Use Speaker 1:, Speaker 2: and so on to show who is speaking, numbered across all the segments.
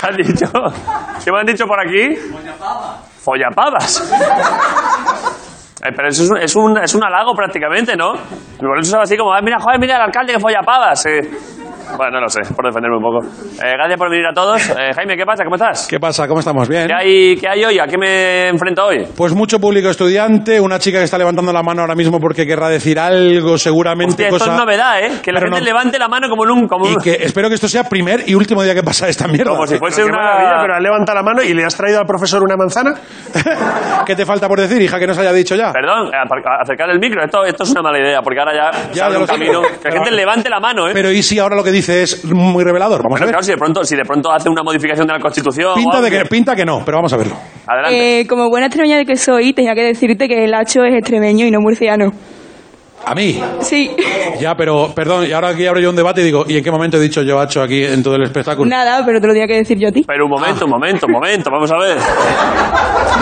Speaker 1: han dicho? ¿Qué me han dicho por aquí? Follapadas. Eh, pero eso es un, es, un, es un halago prácticamente, ¿no? Y Por eso es algo así como, "Ah, mira, joder, mira el alcalde que follapadas. eh. Bueno, no lo sé, por defenderme un poco. Eh, gracias por venir a todos. Eh, Jaime, ¿qué pasa? ¿Cómo estás?
Speaker 2: ¿Qué pasa? ¿Cómo estamos? ¿Bien?
Speaker 1: ¿Qué hay, ¿Qué hay hoy? ¿A qué me enfrento hoy?
Speaker 2: Pues mucho público estudiante, una chica que está levantando la mano ahora mismo porque querrá decir algo, seguramente
Speaker 1: Hostia, esto
Speaker 2: cosa...
Speaker 1: es novedad, ¿eh? Que la
Speaker 2: Pero
Speaker 1: gente
Speaker 2: no-
Speaker 1: levante la mano como en un... Como,
Speaker 2: Y
Speaker 1: un-
Speaker 2: que espero que esto sea primer y último día que pasa esta mierda.
Speaker 1: como si fuese
Speaker 3: Qué
Speaker 1: una...
Speaker 3: maravilla, pero has levantado la mano y le has traído al profesor una manzana.
Speaker 2: ¿Qué te falta por decir, hija, que nos haya dicho ya?
Speaker 1: Perdón, eh, apar- acercar el micro. Esto, esto es una mala idea, porque ahora ya, se
Speaker 2: Ya,
Speaker 1: abre
Speaker 2: ya
Speaker 1: un
Speaker 2: lo sé.
Speaker 1: camino. Que la gente levante la mano, ¿eh?
Speaker 2: Pero ¿y si ahora lo que dice es muy revelador? Vamos a
Speaker 1: Pero
Speaker 2: ver.
Speaker 1: claro, si de, pronto, si de pronto hace una modificación de la Constitución...
Speaker 2: Pinta,
Speaker 1: o
Speaker 2: de
Speaker 1: algo-
Speaker 2: que, pinta que no, pero vamos a verlo.
Speaker 1: Adelante.
Speaker 4: Eh, como buena extremeña de que soy, tenía que decirte que el hacho es extremeño y no murciano.
Speaker 2: A mí.
Speaker 4: Sí,
Speaker 2: Ya, pero, perdón, y ahora aquí abro yo un debate y digo, ¿y en qué momento he dicho yo hacho aquí en todo el espectáculo?
Speaker 4: nada, pero te lo tenía que decir yo a ti.
Speaker 1: Pero un momento, un momento, un momento, vamos a ver.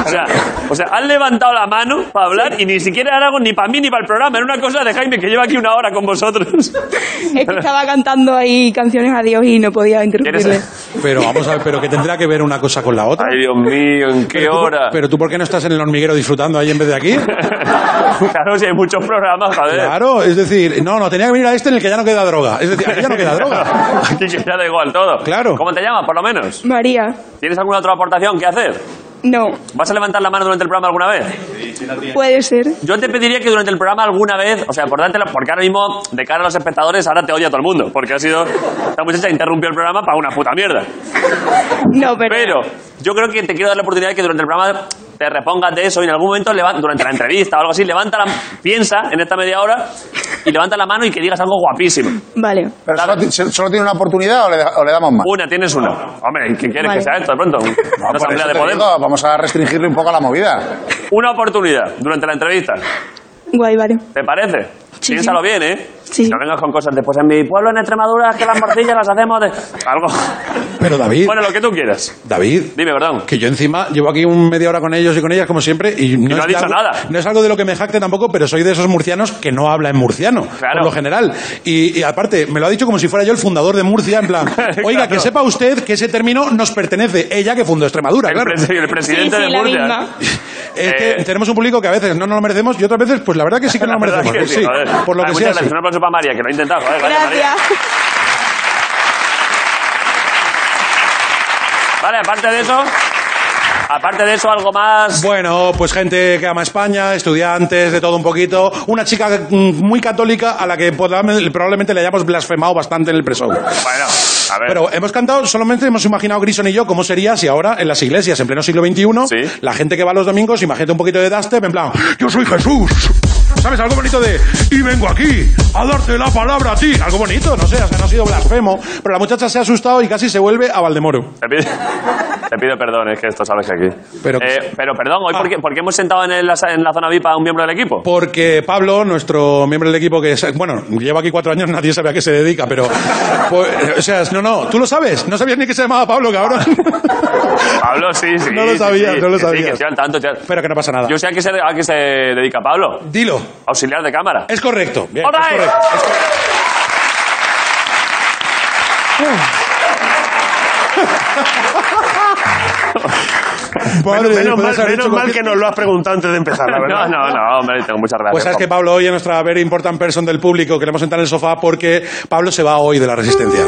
Speaker 1: O sea, o sea, han levantado la mano para hablar y ni siquiera era algo ni para mí ni para el programa. Era una cosa de Jaime que lleva aquí una hora con vosotros. Pues,
Speaker 4: Es que estaba cantando ahí canciones a Dios y no podía interrumpirle.
Speaker 1: ¿Quieres-
Speaker 2: Pero vamos a ver, pero que tendrá que ver una cosa con la otra.
Speaker 1: Ay, Dios mío, ¿en qué
Speaker 2: Pero tú-
Speaker 1: hora?
Speaker 2: Pero tú, ¿por qué no estás en el hormiguero disfrutando ahí en vez de aquí?
Speaker 1: claro, si hay muchos programas, joder.
Speaker 2: Claro, es decir, no, no, tenía que venir a este en el que ya no queda droga. Es decir, aquí ya no queda droga.
Speaker 1: Aquí que ya da igual todo.
Speaker 2: Claro.
Speaker 1: ¿Cómo te llamas, por lo menos?
Speaker 4: María,
Speaker 1: ¿Tienes alguna otra aportación que hacer?
Speaker 4: no,
Speaker 1: ¿Vas a levantar la mano durante el programa alguna vez?
Speaker 4: puede ser.
Speaker 1: Yo te pediría que durante el programa alguna vez, o sea, por dártela- porque ahora mismo, de cara a los espectadores, ahora te odia todo el mundo, porque ha sido. Esta muchacha interrumpió el programa para una puta mierda.
Speaker 4: No, pero,
Speaker 1: Pero yo creo que te quiero dar la oportunidad de que durante el programa te repongas de eso y en algún momento, leva- durante la entrevista o algo así, levanta la, piensa en esta media hora y levanta la mano y que digas algo guapísimo.
Speaker 4: Vale,
Speaker 5: Pero solo, ti- solo tiene una oportunidad o le, da- o le damos más.
Speaker 1: Una, tienes una. Hombre, ¿qué quieres que
Speaker 4: Vale.
Speaker 1: sea esto de pronto?
Speaker 5: No,
Speaker 1: Una
Speaker 5: por
Speaker 1: asamblea
Speaker 5: eso
Speaker 1: de
Speaker 5: te
Speaker 1: poder.
Speaker 5: digo, vamos a restringirle un poco a la movida.
Speaker 1: Una oportunidad durante la entrevista.
Speaker 4: guay, vale.
Speaker 1: ¿Te parece?
Speaker 4: Sí,
Speaker 1: Piénsalo
Speaker 4: sí.
Speaker 1: bien, ¿eh?
Speaker 4: Sí.
Speaker 1: No vengas con cosas después en mi pueblo en Extremadura es que las morcillas las hacemos de algo.
Speaker 2: Pero David,
Speaker 1: Bueno, lo que tú quieras.
Speaker 2: David,
Speaker 1: Dime, perdón.
Speaker 2: que yo encima llevo aquí un media hora con ellos y con ellas como siempre y no,
Speaker 1: no
Speaker 2: es
Speaker 1: ha dicho
Speaker 2: algo,
Speaker 1: nada.
Speaker 2: No es algo de lo que me jacte tampoco, pero soy de esos murcianos que no habla en murciano,
Speaker 1: Claro.
Speaker 2: por lo general. Y, y aparte, me lo ha dicho como si fuera yo el fundador de Murcia, en plan, oiga, que sepa usted que ese término nos pertenece, ella que fundó Extremadura,
Speaker 1: El,
Speaker 2: claro.
Speaker 1: pres- el presidente
Speaker 4: Sí, sí,
Speaker 1: de
Speaker 4: la
Speaker 1: Murcia.
Speaker 4: misma.
Speaker 2: Es que
Speaker 1: Eh.
Speaker 2: tenemos un público que a veces no nos lo merecemos y otras veces, pues la verdad que sí que no
Speaker 1: La
Speaker 2: lo
Speaker 1: verdad
Speaker 2: merecemos.
Speaker 1: que sí,
Speaker 2: sí,
Speaker 1: joder.
Speaker 2: por lo
Speaker 1: Vale,
Speaker 2: que
Speaker 1: muchas
Speaker 2: sea.
Speaker 1: gracias.
Speaker 2: sí.
Speaker 1: Un aplauso para María, que lo ha intentado. joder, gracias,
Speaker 4: Gracias.
Speaker 1: María. Vale, aparte de eso, aparte de eso, algo más.
Speaker 2: Bueno, pues gente que ama España, estudiantes, de todo un poquito. Una chica mm, muy católica a la que podam- probablemente le hayamos blasfemado bastante en el preshow.
Speaker 1: Bueno, a ver.
Speaker 2: Pero hemos cantado, solamente hemos imaginado Grison y yo cómo sería si ahora en las iglesias, en pleno siglo XXI,
Speaker 1: Sí.
Speaker 2: la gente que va los domingos, imagínate un poquito de dubstep, en plan, yo soy Jesús. ¿Sabes? Algo bonito de, y vengo aquí a darte la palabra a ti. Algo bonito, no sé, o sea, no ha sido blasfemo. Pero la muchacha se ha asustado y casi se vuelve a Valdemoro.
Speaker 1: Te pido, te pido perdón, es que esto sabes que aquí.
Speaker 2: Pero-
Speaker 1: Eh, pero perdón, ¿hoy
Speaker 2: Ah.
Speaker 1: por, qué, por qué hemos sentado en, el- en la zona VIP a un miembro del equipo?
Speaker 2: Porque Pablo, nuestro miembro del equipo, que es- bueno, lleva aquí cuatro años, nadie sabe a qué se dedica, pero. pues, o sea, no, no, tú lo sabes, no sabías ni que se llamaba Pablo, cabrón.
Speaker 1: Pablo, sí, sí.
Speaker 2: Pues, No lo
Speaker 1: sí,
Speaker 2: sabía,
Speaker 1: sí,
Speaker 2: no lo
Speaker 1: que sí,
Speaker 2: sabía.
Speaker 1: que estoy al tanto, estoy al-
Speaker 2: pero que no pasa nada.
Speaker 1: Yo sé a qué, se, a qué se dedica Pablo.
Speaker 2: Dilo,
Speaker 1: Auxiliar de cámara.
Speaker 2: es correcto. Bien,
Speaker 1: All
Speaker 2: es
Speaker 1: right.
Speaker 2: correcto. Madre
Speaker 3: Menos,
Speaker 2: mía,
Speaker 3: menos
Speaker 2: podrías
Speaker 3: mal,
Speaker 2: haber
Speaker 3: menos
Speaker 2: hecho
Speaker 3: mal
Speaker 2: cualquier-
Speaker 3: que nos lo has preguntado antes de empezar, la
Speaker 1: No,
Speaker 3: verdad.
Speaker 1: no, no, hombre, tengo muchas gracias.
Speaker 2: Pues sabes que Pablo hoy es nuestra very important person del público. Queremos sentar en el sofá porque Pablo se va hoy de la resistencia.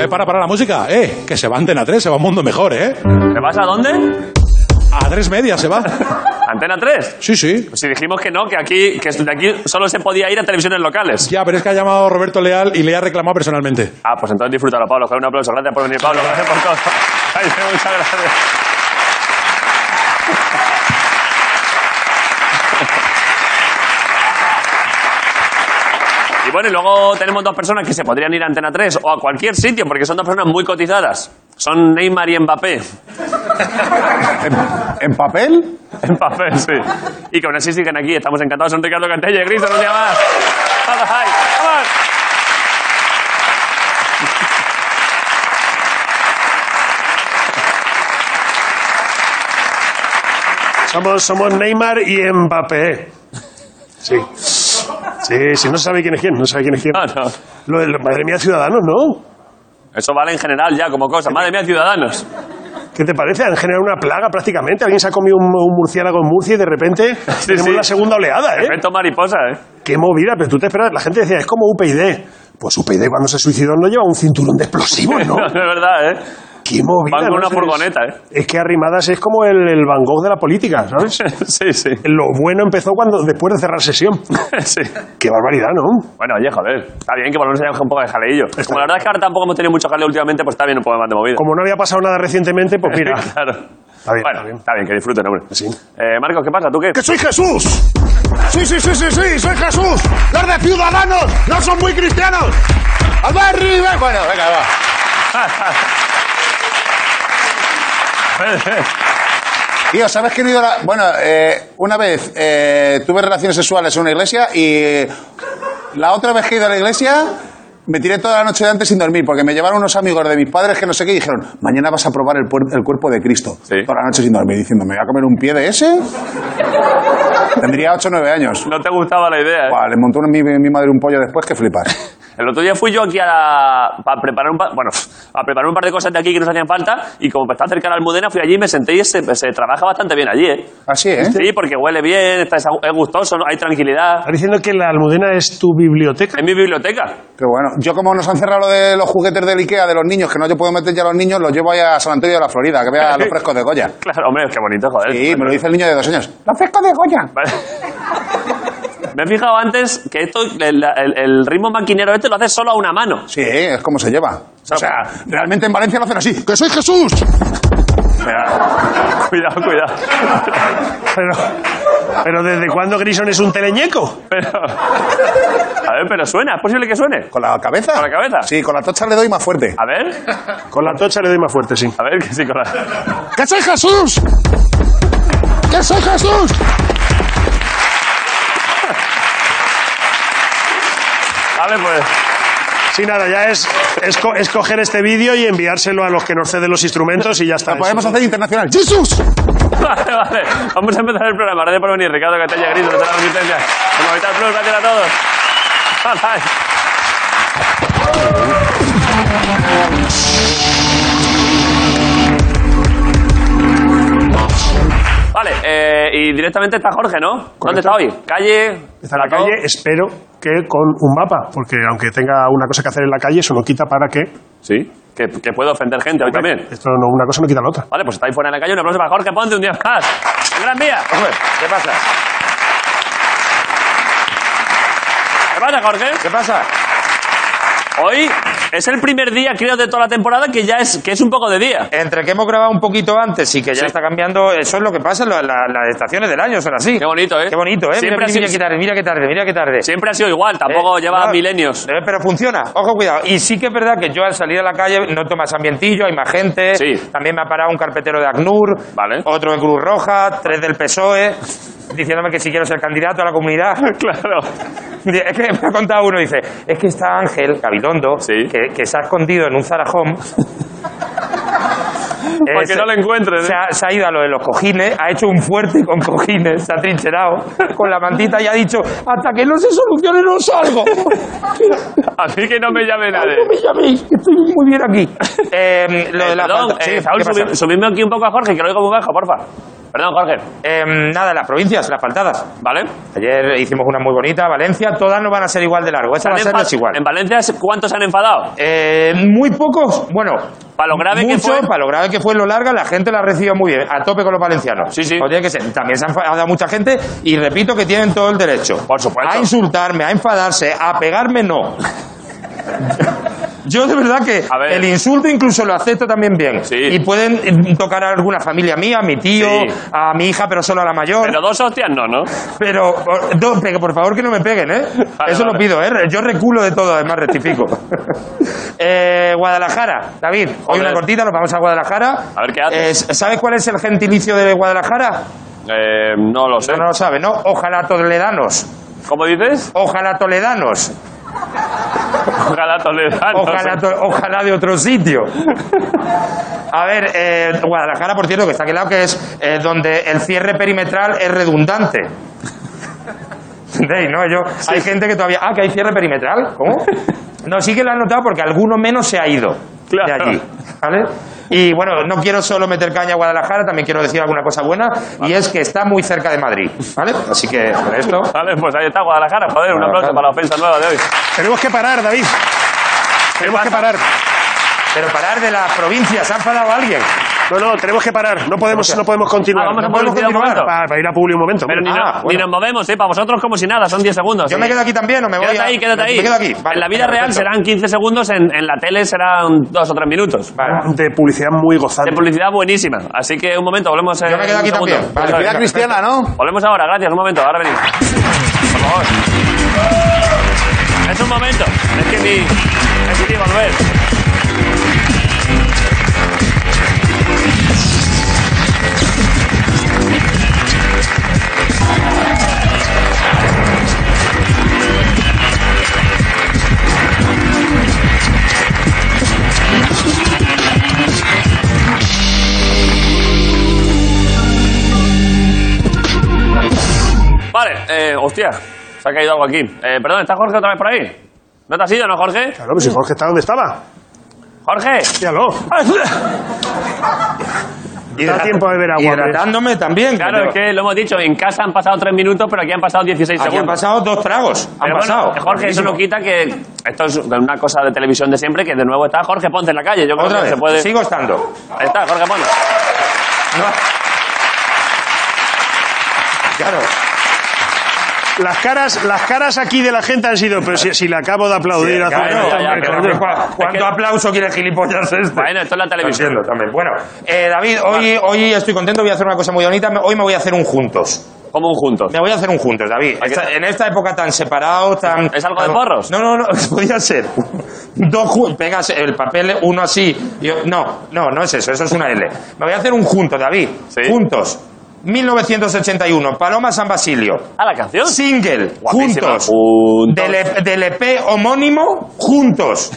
Speaker 2: Eh, para, para la música, eh, que se va Antena 3, se va un mundo mejor, eh.
Speaker 1: ¿Te vas a dónde?
Speaker 2: A tres media se va.
Speaker 1: Antena 3.
Speaker 2: Sí, sí.
Speaker 1: Pues Si dijimos que no, que aquí, que de aquí solo se podía ir a televisiones locales.
Speaker 2: Ya, pero es que ha llamado Roberto Leal y le ha reclamado personalmente.
Speaker 1: Ah, pues entonces disfrútalo, Pablo. Joder, Un aplauso. Gracias por venir, Pablo. Gracias por todo. Ay, muchas gracias. Y bueno, y luego tenemos dos personas que se podrían ir a Antena 3 o a cualquier sitio, porque son dos personas muy cotizadas. Son Neymar y Mbappé.
Speaker 5: ¿En, en papel?
Speaker 1: Mbappé, sí. Y que aún así siguen aquí. Estamos encantados. Son Ricardo Cantella y Gris, un día más. Vamos, ay, vamos.
Speaker 3: Somos, somos Neymar y Mbappé. Sí. Sí, sí, no se sabe quién es quién, no se sabe quién es quién.
Speaker 1: Ah, No, no.
Speaker 3: Lo del- madre mía, Ciudadanos, ¿no?
Speaker 1: Eso vale en general ya como cosa. Madre mía, ciudadanos.
Speaker 3: ¿Qué te parece? Han generado una plaga prácticamente. Alguien se ha comido un, un murciélago en Murcia y de repente tenemos
Speaker 1: sí.
Speaker 3: la segunda oleada, ¿eh?
Speaker 1: Efecto mariposa, ¿eh?
Speaker 3: Qué movida, pero tú te esperas. La gente decía, es como UPyD. Pues UPyD cuando se suicidó no lleva un cinturón de explosivos, ¿no?
Speaker 1: Es verdad, ¿eh?
Speaker 3: Qué movida.
Speaker 1: Van con
Speaker 3: ¿no?
Speaker 1: una
Speaker 3: Es-
Speaker 1: furgoneta, ¿eh?
Speaker 3: Es que Arrimadas es como el, el Van Gogh de la política, ¿sabes?
Speaker 1: Sí, sí.
Speaker 3: Lo bueno empezó cuando después de cerrar sesión.
Speaker 1: sí.
Speaker 3: Qué barbaridad, ¿no?
Speaker 1: Bueno, oye, joder. Está bien que por lo menos haya un poco de jaleillo. Como la verdad es que ahora tampoco hemos tenido mucho jaleo últimamente, pues está bien un poco más de movida.
Speaker 3: Como no había pasado nada recientemente, pues mira.
Speaker 1: claro. Está
Speaker 3: bien,
Speaker 1: bueno,
Speaker 3: está bien.
Speaker 1: que disfruten, hombre.
Speaker 3: Sí.
Speaker 1: Eh, Marcos, ¿qué pasa? ¿Tú qué?
Speaker 5: ¡Que soy Jesús! Sí, sí, sí, sí, sí, soy Jesús. Los de Ciudadanos no son muy cristianos. ¡Al arriba! Bueno, venga, va. Tío, ¿sabes que he ido a la... Bueno, eh, una vez eh, tuve relaciones sexuales en una iglesia y la otra vez que he ido a la iglesia me tiré toda la noche de antes sin dormir porque me llevaron unos amigos de mis padres que no sé qué y dijeron, mañana vas a probar el, puer- el cuerpo de Cristo.
Speaker 1: Sí.
Speaker 5: Toda la noche sin dormir diciendo, ¿me voy a comer un pie de ese? Tendría 8 o 9 años.
Speaker 1: No te gustaba la idea, ¿eh?
Speaker 5: Buah, le montó mi, mi madre un pollo después que flipas.
Speaker 1: El otro día fui yo aquí a, la- pa preparar un par, bueno, a preparar un par de cosas de aquí que nos hacían falta y como está cerca la Almudena fui allí y me senté y se, se trabaja bastante bien allí, ¿eh?
Speaker 5: Así, ¿eh?
Speaker 1: Sí, porque huele bien, está, es gustoso, ¿no? hay tranquilidad.
Speaker 3: Estás diciendo que la Almudena es tu biblioteca.
Speaker 1: Es mi biblioteca.
Speaker 5: Pero bueno, yo como nos han cerrado lo de los juguetes del Ikea de los niños, que no yo puedo meter ya a los niños, los llevo ahí a San Antonio de la Florida, que vea los frescos de Goya.
Speaker 1: Claro, hombre, qué bonito, joder.
Speaker 5: Sí, me lo dice el niño de dos años. ¡Los frescos de Goya!
Speaker 1: Vale. Me he fijado antes que esto, el, el- el ritmo maquinero este lo hace solo a una mano.
Speaker 5: Sí, es como se lleva. O sea, realmente en Valencia lo hacen así. ¡Que soy Jesús!
Speaker 1: Cuidado, cuidado, cuidado.
Speaker 3: Pero, pero ¿desde cuándo Grison es un teleñeco?
Speaker 1: Pero, a ver, pero suena, es posible que suene.
Speaker 5: ¿Con la cabeza?
Speaker 1: ¿Con la cabeza? Ah,
Speaker 5: Sí, con la tocha le doy más fuerte.
Speaker 1: A ver,
Speaker 3: Con la tocha le doy más fuerte, sí.
Speaker 1: a ver, que sí, con la-
Speaker 5: ¡Que soy Jesús! ¡Que soy Jesús!
Speaker 1: Vale, pues.
Speaker 3: Sí, nada, ya es, es, co- es coger este vídeo y enviárselo a los que nos ceden los instrumentos y ya está.
Speaker 5: Lo podemos
Speaker 3: Eso.
Speaker 5: hacer internacional. ¡Jesús!
Speaker 1: Vale, vale. Vamos a empezar el programa. Gracias por venir, Ricardo Catella Gris, de la Resistencia. Como Vital Plus, gracias a todos. Bye, bye. Vale, eh, y directamente está Jorge, ¿no? ¿Dónde está hoy? ¿Calle?
Speaker 3: Está en la calle, espero que con un mapa, porque aunque tenga una cosa que hacer en la calle, eso no quita para que...
Speaker 1: Sí, que, que puede ofender gente hoy también.
Speaker 3: Esto no, una cosa no quita la otra.
Speaker 1: Vale, pues está ahí fuera en la calle. Un aplauso para Jorge Ponte, un día más. ¡Un gran día! ¿Qué pasa? ¿Qué pasa, Jorge?
Speaker 5: ¿Qué pasa?
Speaker 1: Hoy es el primer día, creo, de toda la temporada que ya es, que es un poco de día.
Speaker 6: Entre que hemos grabado un poquito antes y que ya
Speaker 1: Sí.
Speaker 6: está cambiando, eso es lo que pasa, la- la- las estaciones del año son así.
Speaker 1: Qué bonito, ¿eh?
Speaker 6: Qué bonito, ¿eh?
Speaker 1: Siempre ha
Speaker 6: Mira, mira, mira qué
Speaker 1: sido-
Speaker 6: tarde, mira qué tarde, mira qué tarde.
Speaker 1: Siempre ha sido igual, tampoco
Speaker 6: Eh,
Speaker 1: lleva
Speaker 6: no,
Speaker 1: milenios.
Speaker 6: eh, pero funciona, ojo, cuidado. Y sí que es verdad que yo al salir a la calle noto más ambientillo, hay más gente.
Speaker 1: Sí.
Speaker 6: También me ha parado un carpetero de ACNUR,
Speaker 1: Vale.
Speaker 6: otro de Cruz Roja, tres del PSOE, E, diciéndome que si quiero ser candidato a la comunidad.
Speaker 1: Claro.
Speaker 6: Es que me ha contado uno, dice, es que está Ángel Gabilondo,
Speaker 1: Sí.
Speaker 6: que, que se ha escondido en un zarajón.
Speaker 1: Para
Speaker 6: Eh,
Speaker 1: que
Speaker 6: se-
Speaker 1: no lo encuentren, ¿eh?
Speaker 6: Se ha, se ha ido a lo de los cojines, ha hecho un fuerte con cojines, se ha trincherado con la mantita y ha dicho, hasta que no se solucione no salgo.
Speaker 1: Así que no me llame nadie.
Speaker 6: No me llaméis, que estoy muy bien aquí. Eh, lo de la
Speaker 1: Perdón,
Speaker 6: fanta-
Speaker 1: eh,
Speaker 6: Sí,
Speaker 1: Saúl,
Speaker 6: ¿qué pasa?
Speaker 1: subi- subidme aquí un poco a Jorge, que lo oigo muy bajo, porfa. Perdón, Jorge.
Speaker 6: Eh, nada, las provincias, las faltadas.
Speaker 1: ¿Vale?
Speaker 6: Ayer hicimos una muy bonita, Valencia, todas no van a ser igual de largo, esta va a ser
Speaker 1: ¿En,
Speaker 6: desigual.
Speaker 1: Valencia cuántos se han enfadado?
Speaker 6: Eh, muy pocos, bueno,
Speaker 1: Para lo grave que
Speaker 6: mucho,
Speaker 1: fue.
Speaker 6: para lo grave que fue lo larga, la gente la recibió muy bien, a tope con los valencianos.
Speaker 1: Sí, sí.
Speaker 6: Como tiene que ser. También se ha enfadado mucha gente y repito que tienen todo el derecho.
Speaker 1: Por supuesto.
Speaker 6: A insultarme, a enfadarse, a pegarme, no. Yo de verdad que
Speaker 1: A ver.
Speaker 6: el insulto incluso lo acepto también bien.
Speaker 1: Sí.
Speaker 6: Y pueden mm, tocar a alguna familia mía, a mi tío,
Speaker 1: Sí.
Speaker 6: a mi hija, pero solo a la mayor.
Speaker 1: Pero dos hostias no, ¿no?
Speaker 6: Pero, por, no, pero por favor que no me peguen, ¿eh?
Speaker 1: Vale,
Speaker 6: Eso
Speaker 1: vale.
Speaker 6: lo pido, ¿eh? Yo reculo de todo, además rectifico. Eh, Guadalajara, David, hoy
Speaker 1: Joder.
Speaker 6: una cortita, nos vamos a Guadalajara.
Speaker 1: A ver, ¿qué haces?
Speaker 6: Eh, ¿Sabes cuál es el gentilicio de Guadalajara?
Speaker 1: Eh, no lo sé.
Speaker 6: No, no lo sabe, ¿no? Ojalá toledanos.
Speaker 1: ¿Cómo dices?
Speaker 6: Ojalá toledanos.
Speaker 1: Ojalá Toledano.
Speaker 6: Ojalá, to- ojalá de otro sitio. A ver, eh, Guadalajara, por cierto, que está aquí al lado, que es eh, donde el cierre perimetral es redundante. ¿Entendéis, no? Yo, Hay gente que todavía... Ah, que hay cierre perimetral. ¿Cómo? No, sí que lo han notado porque alguno menos se ha ido.
Speaker 1: Claro.
Speaker 6: de allí. ¿Vale? Y bueno, no quiero solo meter caña a Guadalajara, también quiero decir alguna cosa buena, y es que está muy cerca de Madrid, ¿vale? Así que por esto.
Speaker 1: Vale, pues ahí está Guadalajara. Joder, un aplauso
Speaker 6: Guadalajara.
Speaker 1: para la ofensa nueva de hoy.
Speaker 2: Tenemos que parar, David. Tenemos que parar.
Speaker 6: Pero parar de las provincias, ¿ha enfadado a alguien?
Speaker 3: No, no, tenemos que parar. No podemos, no podemos
Speaker 1: Ah,
Speaker 3: continuar.
Speaker 1: vamos a
Speaker 3: no podemos
Speaker 1: publicidad un
Speaker 3: continuar
Speaker 1: momento.
Speaker 3: para, para ir a Publi un momento.
Speaker 1: Pero ni,
Speaker 6: Ah,
Speaker 1: no-
Speaker 6: bueno.
Speaker 1: ni nos movemos, ¿eh? Para vosotros como si nada, son 10 segundos.
Speaker 6: Yo
Speaker 1: ¿eh?
Speaker 6: me quedo aquí también, o me voy
Speaker 1: Quédate
Speaker 6: a-
Speaker 1: ahí, quédate
Speaker 6: me-
Speaker 1: ahí.
Speaker 6: Me quedo aquí. Vale,
Speaker 1: en la vida
Speaker 6: venga,
Speaker 1: real
Speaker 6: perfecto.
Speaker 1: serán 15 segundos, en, en la tele serán 2 o 3 minutos.
Speaker 6: Vale.
Speaker 3: de publicidad muy gozante.
Speaker 1: De publicidad buenísima. Así que un momento, volvemos en
Speaker 6: Yo me quedo
Speaker 1: un
Speaker 6: aquí
Speaker 1: segundo.
Speaker 6: también. Vale,
Speaker 5: Vida
Speaker 6: venga,
Speaker 5: cristiana, ¿no?
Speaker 1: Volvemos ahora, gracias, un momento, ahora venimos. Por favor. Es un momento, es que ni. Es que ni volver. Vale, eh, hostia, se ha caído algo aquí. Eh, perdón, ¿está Jorge otra vez por ahí? ¿No te has ido, no, Jorge?
Speaker 3: Claro, pues si Jorge está donde estaba.
Speaker 1: ¡Jorge!
Speaker 3: Fíjalo. Y da tiempo de ver agua.
Speaker 6: ¿eh? Hidratándome también.
Speaker 1: Claro, es que lo hemos dicho, en casa han pasado 3 minutos, pero aquí han pasado 16
Speaker 6: Aquí han
Speaker 1: segundos.
Speaker 6: pasado dos tragos. Han
Speaker 1: Pero bueno,
Speaker 6: pasado.
Speaker 1: Jorge, eso no quita que. Esto es una cosa de televisión de siempre, que de nuevo está Jorge Ponce en la calle. Yo creo
Speaker 6: Otra
Speaker 1: que
Speaker 6: vez.
Speaker 1: se puede.
Speaker 6: Sigo estando.
Speaker 1: Ahí está, Jorge Ponce.
Speaker 6: No. Claro.
Speaker 3: Las caras, las caras aquí de la gente han sido, pero si, si le acabo de aplaudir hace un
Speaker 6: Claro,
Speaker 1: ya, ya,
Speaker 3: momento,
Speaker 1: pero-
Speaker 3: hombre,
Speaker 6: pero
Speaker 3: coño.
Speaker 6: ¿cu-
Speaker 1: Es
Speaker 6: ¿Cuánto
Speaker 1: que-
Speaker 6: aplauso quiere gilipollas este?
Speaker 1: Bueno, esto es la televisión.
Speaker 6: Entiendo también. Bueno, eh, David, hoy, hoy estoy contento, voy a hacer una cosa muy bonita. Me- Hoy me voy a hacer un juntos.
Speaker 1: Como un juntos.
Speaker 6: Me voy a hacer un juntos, David. Esta- en esta época tan separados, tan...
Speaker 1: ¿Es algo de porros?
Speaker 6: No, no, no, podía ser. Dos ju- pegas el papel uno así. y yo- no, no, no es eso, eso es una L. Me voy a hacer un juntos, David.
Speaker 1: Sí.
Speaker 6: Juntos. 1981, Paloma San Basilio.
Speaker 1: ¿A la canción?
Speaker 6: Single,
Speaker 1: Guapísima.
Speaker 6: juntos.
Speaker 1: Juntos.
Speaker 6: Del, EP del EP homónimo, juntos.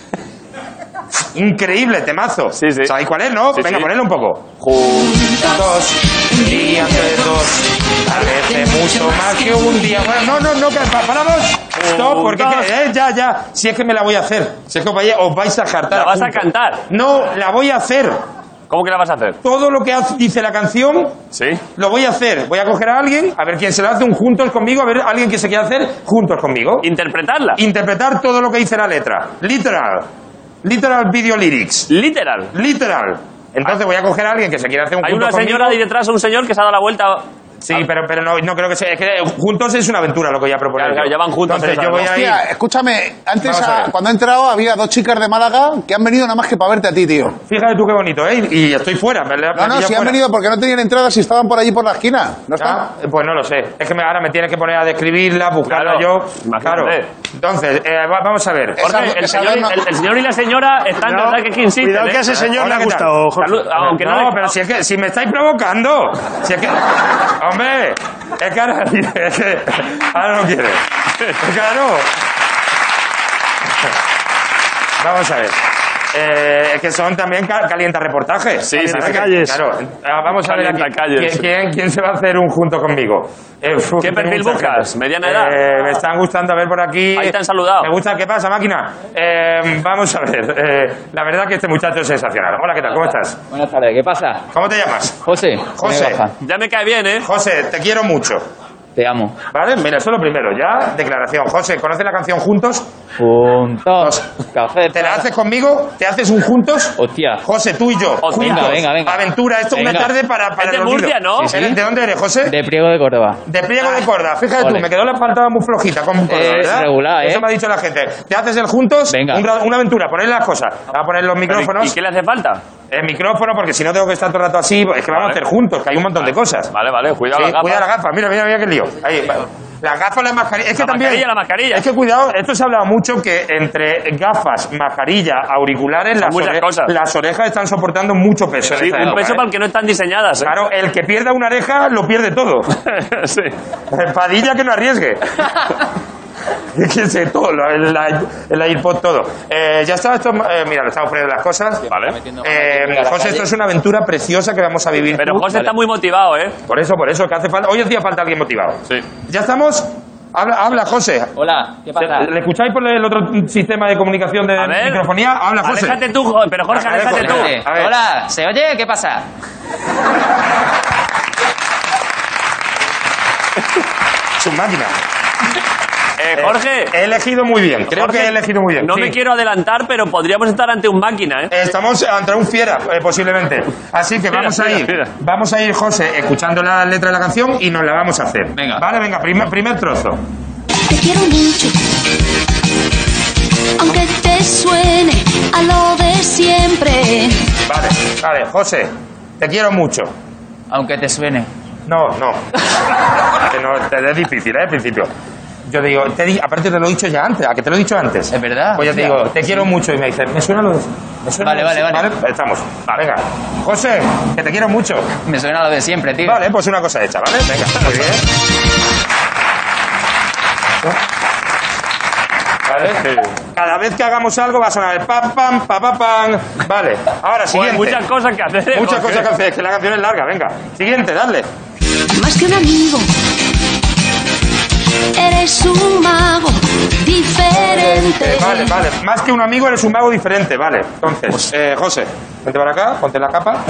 Speaker 6: Increíble, temazo.
Speaker 1: Sí, sí.
Speaker 6: ¿Sabéis cuál es, no?
Speaker 1: Sí,
Speaker 6: Venga,
Speaker 1: sí.
Speaker 6: ponedlo un poco.
Speaker 1: Juntos.
Speaker 6: Juntos, un día entre dos, parece mucho más que un día. Bueno, no, no, no, que pa- paramos. Stop, porque es que- eh, ya, ya. Si es que me la voy a hacer. Si es que os vais, os vais a jartar.
Speaker 1: ¿La vas a
Speaker 6: juntos.
Speaker 1: cantar?
Speaker 6: No, la voy a hacer.
Speaker 1: ¿Cómo que la vas a hacer?
Speaker 6: Todo lo que hace- dice la canción,
Speaker 1: ¿Sí?
Speaker 6: lo voy a hacer. Voy a coger a alguien, a ver quién se lo hace un juntos conmigo, a ver alguien que se quiera hacer juntos conmigo.
Speaker 1: ¿Interpretarla?
Speaker 6: Interpretar todo lo que dice la letra. Literal. Literal video lyrics.
Speaker 1: Literal.
Speaker 6: Literal. Entonces voy a coger a alguien que se quiera hacer un
Speaker 1: Hay
Speaker 6: juntos
Speaker 1: una señora ahí
Speaker 6: conmigo.
Speaker 1: detrás, un señor que se ha dado la vuelta.
Speaker 6: Sí, pero, pero no, no creo que sea. Es que juntos es una aventura lo que voy a proponer.
Speaker 1: Claro, claro,
Speaker 6: yo.
Speaker 1: ya van juntos,
Speaker 6: Entonces
Speaker 1: eso,
Speaker 6: yo voy a ir.
Speaker 5: Hostia, escúchame, antes
Speaker 6: Vamos a
Speaker 5: a-
Speaker 6: ver.
Speaker 5: cuando he entrado había dos chicas de Málaga que han venido nada más que para verte a ti, tío.
Speaker 6: Fíjate tú qué bonito, ¿eh? Y estoy fuera. Me la- me
Speaker 5: No, no,
Speaker 6: pilla
Speaker 5: si han
Speaker 6: fuera.
Speaker 5: venido porque no tenían entradas y estaban por allí por la esquina. ¿No
Speaker 6: Ah,
Speaker 5: están?
Speaker 6: pues no lo sé. Es que me- ahora me tienes que poner a describirla, buscarla
Speaker 1: Claro,
Speaker 6: yo.
Speaker 1: imagínate.
Speaker 6: Claro. Entonces, eh, va- vamos a ver.
Speaker 5: Esa-
Speaker 1: Jorge, el,
Speaker 5: esa
Speaker 1: señor,
Speaker 5: dama-
Speaker 1: el- el señor y la señora están de
Speaker 3: Cuidado-
Speaker 1: verdad que aquí insisten.
Speaker 3: Cuidado que a
Speaker 1: ¿eh?
Speaker 3: ese señor le
Speaker 6: Hola,
Speaker 3: ha
Speaker 6: ¿qué tal?
Speaker 3: gustado, Jorge.
Speaker 1: Salud- aunque no,
Speaker 6: no,
Speaker 1: le-
Speaker 6: pero si es que si me estáis provocando. Si es que. Hombre, es que ahora, es que ahora no quiere. Es que ahora no. Vamos a ver. Eh, es que son también ca- calienta reportajes.
Speaker 1: Sí, sí, sí.
Speaker 3: Calles.
Speaker 6: Claro, ah, vamos a ver aquí.
Speaker 1: Calientacalles.
Speaker 6: ¿Quién, quién, quién se va a hacer un junto conmigo? Eh, uf,
Speaker 1: ¿Qué
Speaker 6: tengo
Speaker 1: perfil
Speaker 6: mucha
Speaker 1: buscas?
Speaker 6: gente.
Speaker 1: ¿Mediana edad?
Speaker 6: Eh, me están gustando a ver por aquí.
Speaker 1: Ahí te han saludado.
Speaker 6: Me gusta. ¿Qué pasa, máquina? Eh, vamos a ver. eh, la verdad que este muchacho es sensacional. Hola, ¿qué tal? ¿Cómo estás?
Speaker 7: Buenas tardes, ¿qué pasa?
Speaker 6: ¿Cómo te llamas?
Speaker 7: José.
Speaker 6: José.
Speaker 7: Baja.
Speaker 1: Ya me cae bien, ¿eh?
Speaker 6: José, te quiero mucho.
Speaker 7: Te amo.
Speaker 6: ¿Vale? Mira, eso es lo primero. Ya, declaración. José, ¿conoces la canción Juntos?
Speaker 7: Juntos. Café.
Speaker 6: ¿Te la haces conmigo? ¿Te haces un Juntos?
Speaker 7: Hostia.
Speaker 6: José, tú y yo. juntos.
Speaker 7: venga, venga, venga.
Speaker 6: Aventura, esto es una
Speaker 7: Venga.
Speaker 6: tarde para, para
Speaker 1: Es de
Speaker 6: el olvido.
Speaker 1: Murcia, ¿no?
Speaker 7: Sí, sí.
Speaker 6: ¿De dónde eres, José?
Speaker 7: De Priego de Córdoba.
Speaker 6: De pliego de corda, fíjate tú,
Speaker 7: Ole.
Speaker 6: me quedó la faltada muy flojita con corda,
Speaker 7: Eh,
Speaker 6: ¿verdad?
Speaker 7: regular,
Speaker 6: Eso
Speaker 7: ¿eh?
Speaker 6: me ha dicho la gente. Te haces el juntos,
Speaker 7: Venga.
Speaker 6: un ra- una aventura, poner las cosas. Voy a poner los
Speaker 1: Pero, ¿y-
Speaker 6: micrófonos.
Speaker 1: ¿Y qué le hace falta?
Speaker 6: El micrófono, porque si no tengo que estar todo el rato así, es que
Speaker 1: Vale.
Speaker 6: vamos a hacer juntos, que hay un montón de cosas.
Speaker 1: Vale, vale, cuidado
Speaker 6: Sí,
Speaker 1: la
Speaker 6: cuida
Speaker 1: gafas.
Speaker 6: la gafa, mira, mira, mira qué lío. Ahí, va. Las gafas, las mascarillas. Es que
Speaker 1: La
Speaker 6: también.
Speaker 1: mascarilla, la mascarilla.
Speaker 6: Es que cuidado, esto se ha hablado mucho que entre gafas, mascarilla, auriculares, las,
Speaker 1: muchas cosas.
Speaker 6: las orejas están soportando mucho peso. en
Speaker 1: Sí,
Speaker 6: esta
Speaker 1: un
Speaker 6: época,
Speaker 1: peso
Speaker 6: ¿eh?
Speaker 1: para el que no están diseñadas, ¿eh?
Speaker 6: Claro, el que pierda una oreja lo pierde todo.
Speaker 1: sí.
Speaker 6: Padilla que no arriesgue. Es que sé todo, la- la- el iPod todo. Eh, ya está, esto, eh, mira, le estamos poniendo las cosas.
Speaker 1: Vale.
Speaker 6: Eh, José, esto es una aventura preciosa que vamos a vivir.
Speaker 1: Pero
Speaker 6: tú.
Speaker 1: José está muy motivado, ¿eh?
Speaker 6: Por eso, por eso, que hace falta. Hoy en día falta alguien motivado.
Speaker 1: Sí.
Speaker 6: ¿Ya estamos? Habla, habla José.
Speaker 7: Hola, ¿qué pasa?
Speaker 6: ¿Le escucháis por el otro sistema de comunicación de
Speaker 1: A ver.
Speaker 6: microfonía? Habla José.
Speaker 1: Aléjate tú, jo- pero Jorge,
Speaker 6: A ver,
Speaker 1: aléjate tú.
Speaker 7: Espérate.
Speaker 6: A ver.
Speaker 7: Hola, ¿se oye? ¿Qué pasa?
Speaker 6: Su máquina.
Speaker 1: Eh, Jorge,
Speaker 6: He elegido muy bien. Creo
Speaker 1: Jorge,
Speaker 6: que he elegido muy bien.
Speaker 1: no
Speaker 6: sí.
Speaker 1: me quiero adelantar, pero podríamos estar ante un máquina, ¿eh?
Speaker 6: Estamos ante un fiera, eh, posiblemente. Así que
Speaker 1: Fiera,
Speaker 6: vamos a
Speaker 1: fiera,
Speaker 6: ir,
Speaker 1: fiera.
Speaker 6: vamos a ir, José, escuchando la letra de la canción y nos la vamos a hacer.
Speaker 7: Venga.
Speaker 6: Vale, venga, primer, primer trozo.
Speaker 8: Te quiero mucho. Aunque te suene a lo de siempre.
Speaker 6: Vale, vale, José, te quiero mucho.
Speaker 7: Aunque te suene.
Speaker 6: No, no. que no te es difícil, ¿eh? Al principio. Yo te digo, te di- aparte te lo he dicho ya antes, ¿a que te lo he dicho antes?
Speaker 7: Es verdad.
Speaker 6: Pues ya te
Speaker 7: Hostia.
Speaker 6: digo, te quiero mucho y me dices, me suena lo de... me suena
Speaker 7: Vale,
Speaker 6: lo de-
Speaker 7: vale, vale.
Speaker 6: Estamos. Vale, venga. José, que te quiero mucho.
Speaker 7: Me suena lo de siempre, tío.
Speaker 6: Vale, pues una cosa hecha, ¿vale? Venga, muy bien. ¿Vale? Cada vez que hagamos algo va a sonar el pam, pam, pa, pa, pam. Vale, ahora
Speaker 1: Pues
Speaker 6: siguiente.
Speaker 1: muchas cosas que hacer. ¿eh,
Speaker 6: Muchas
Speaker 1: Jorge?
Speaker 6: cosas que hacer, que la canción es larga, venga. Siguiente, dale.
Speaker 8: Más que un amigo. Eres un mago diferente.
Speaker 6: Eh, Vale, vale. Más que un amigo, eres un mago diferente, vale. Entonces, eh, José, vente para acá, ponte la capa.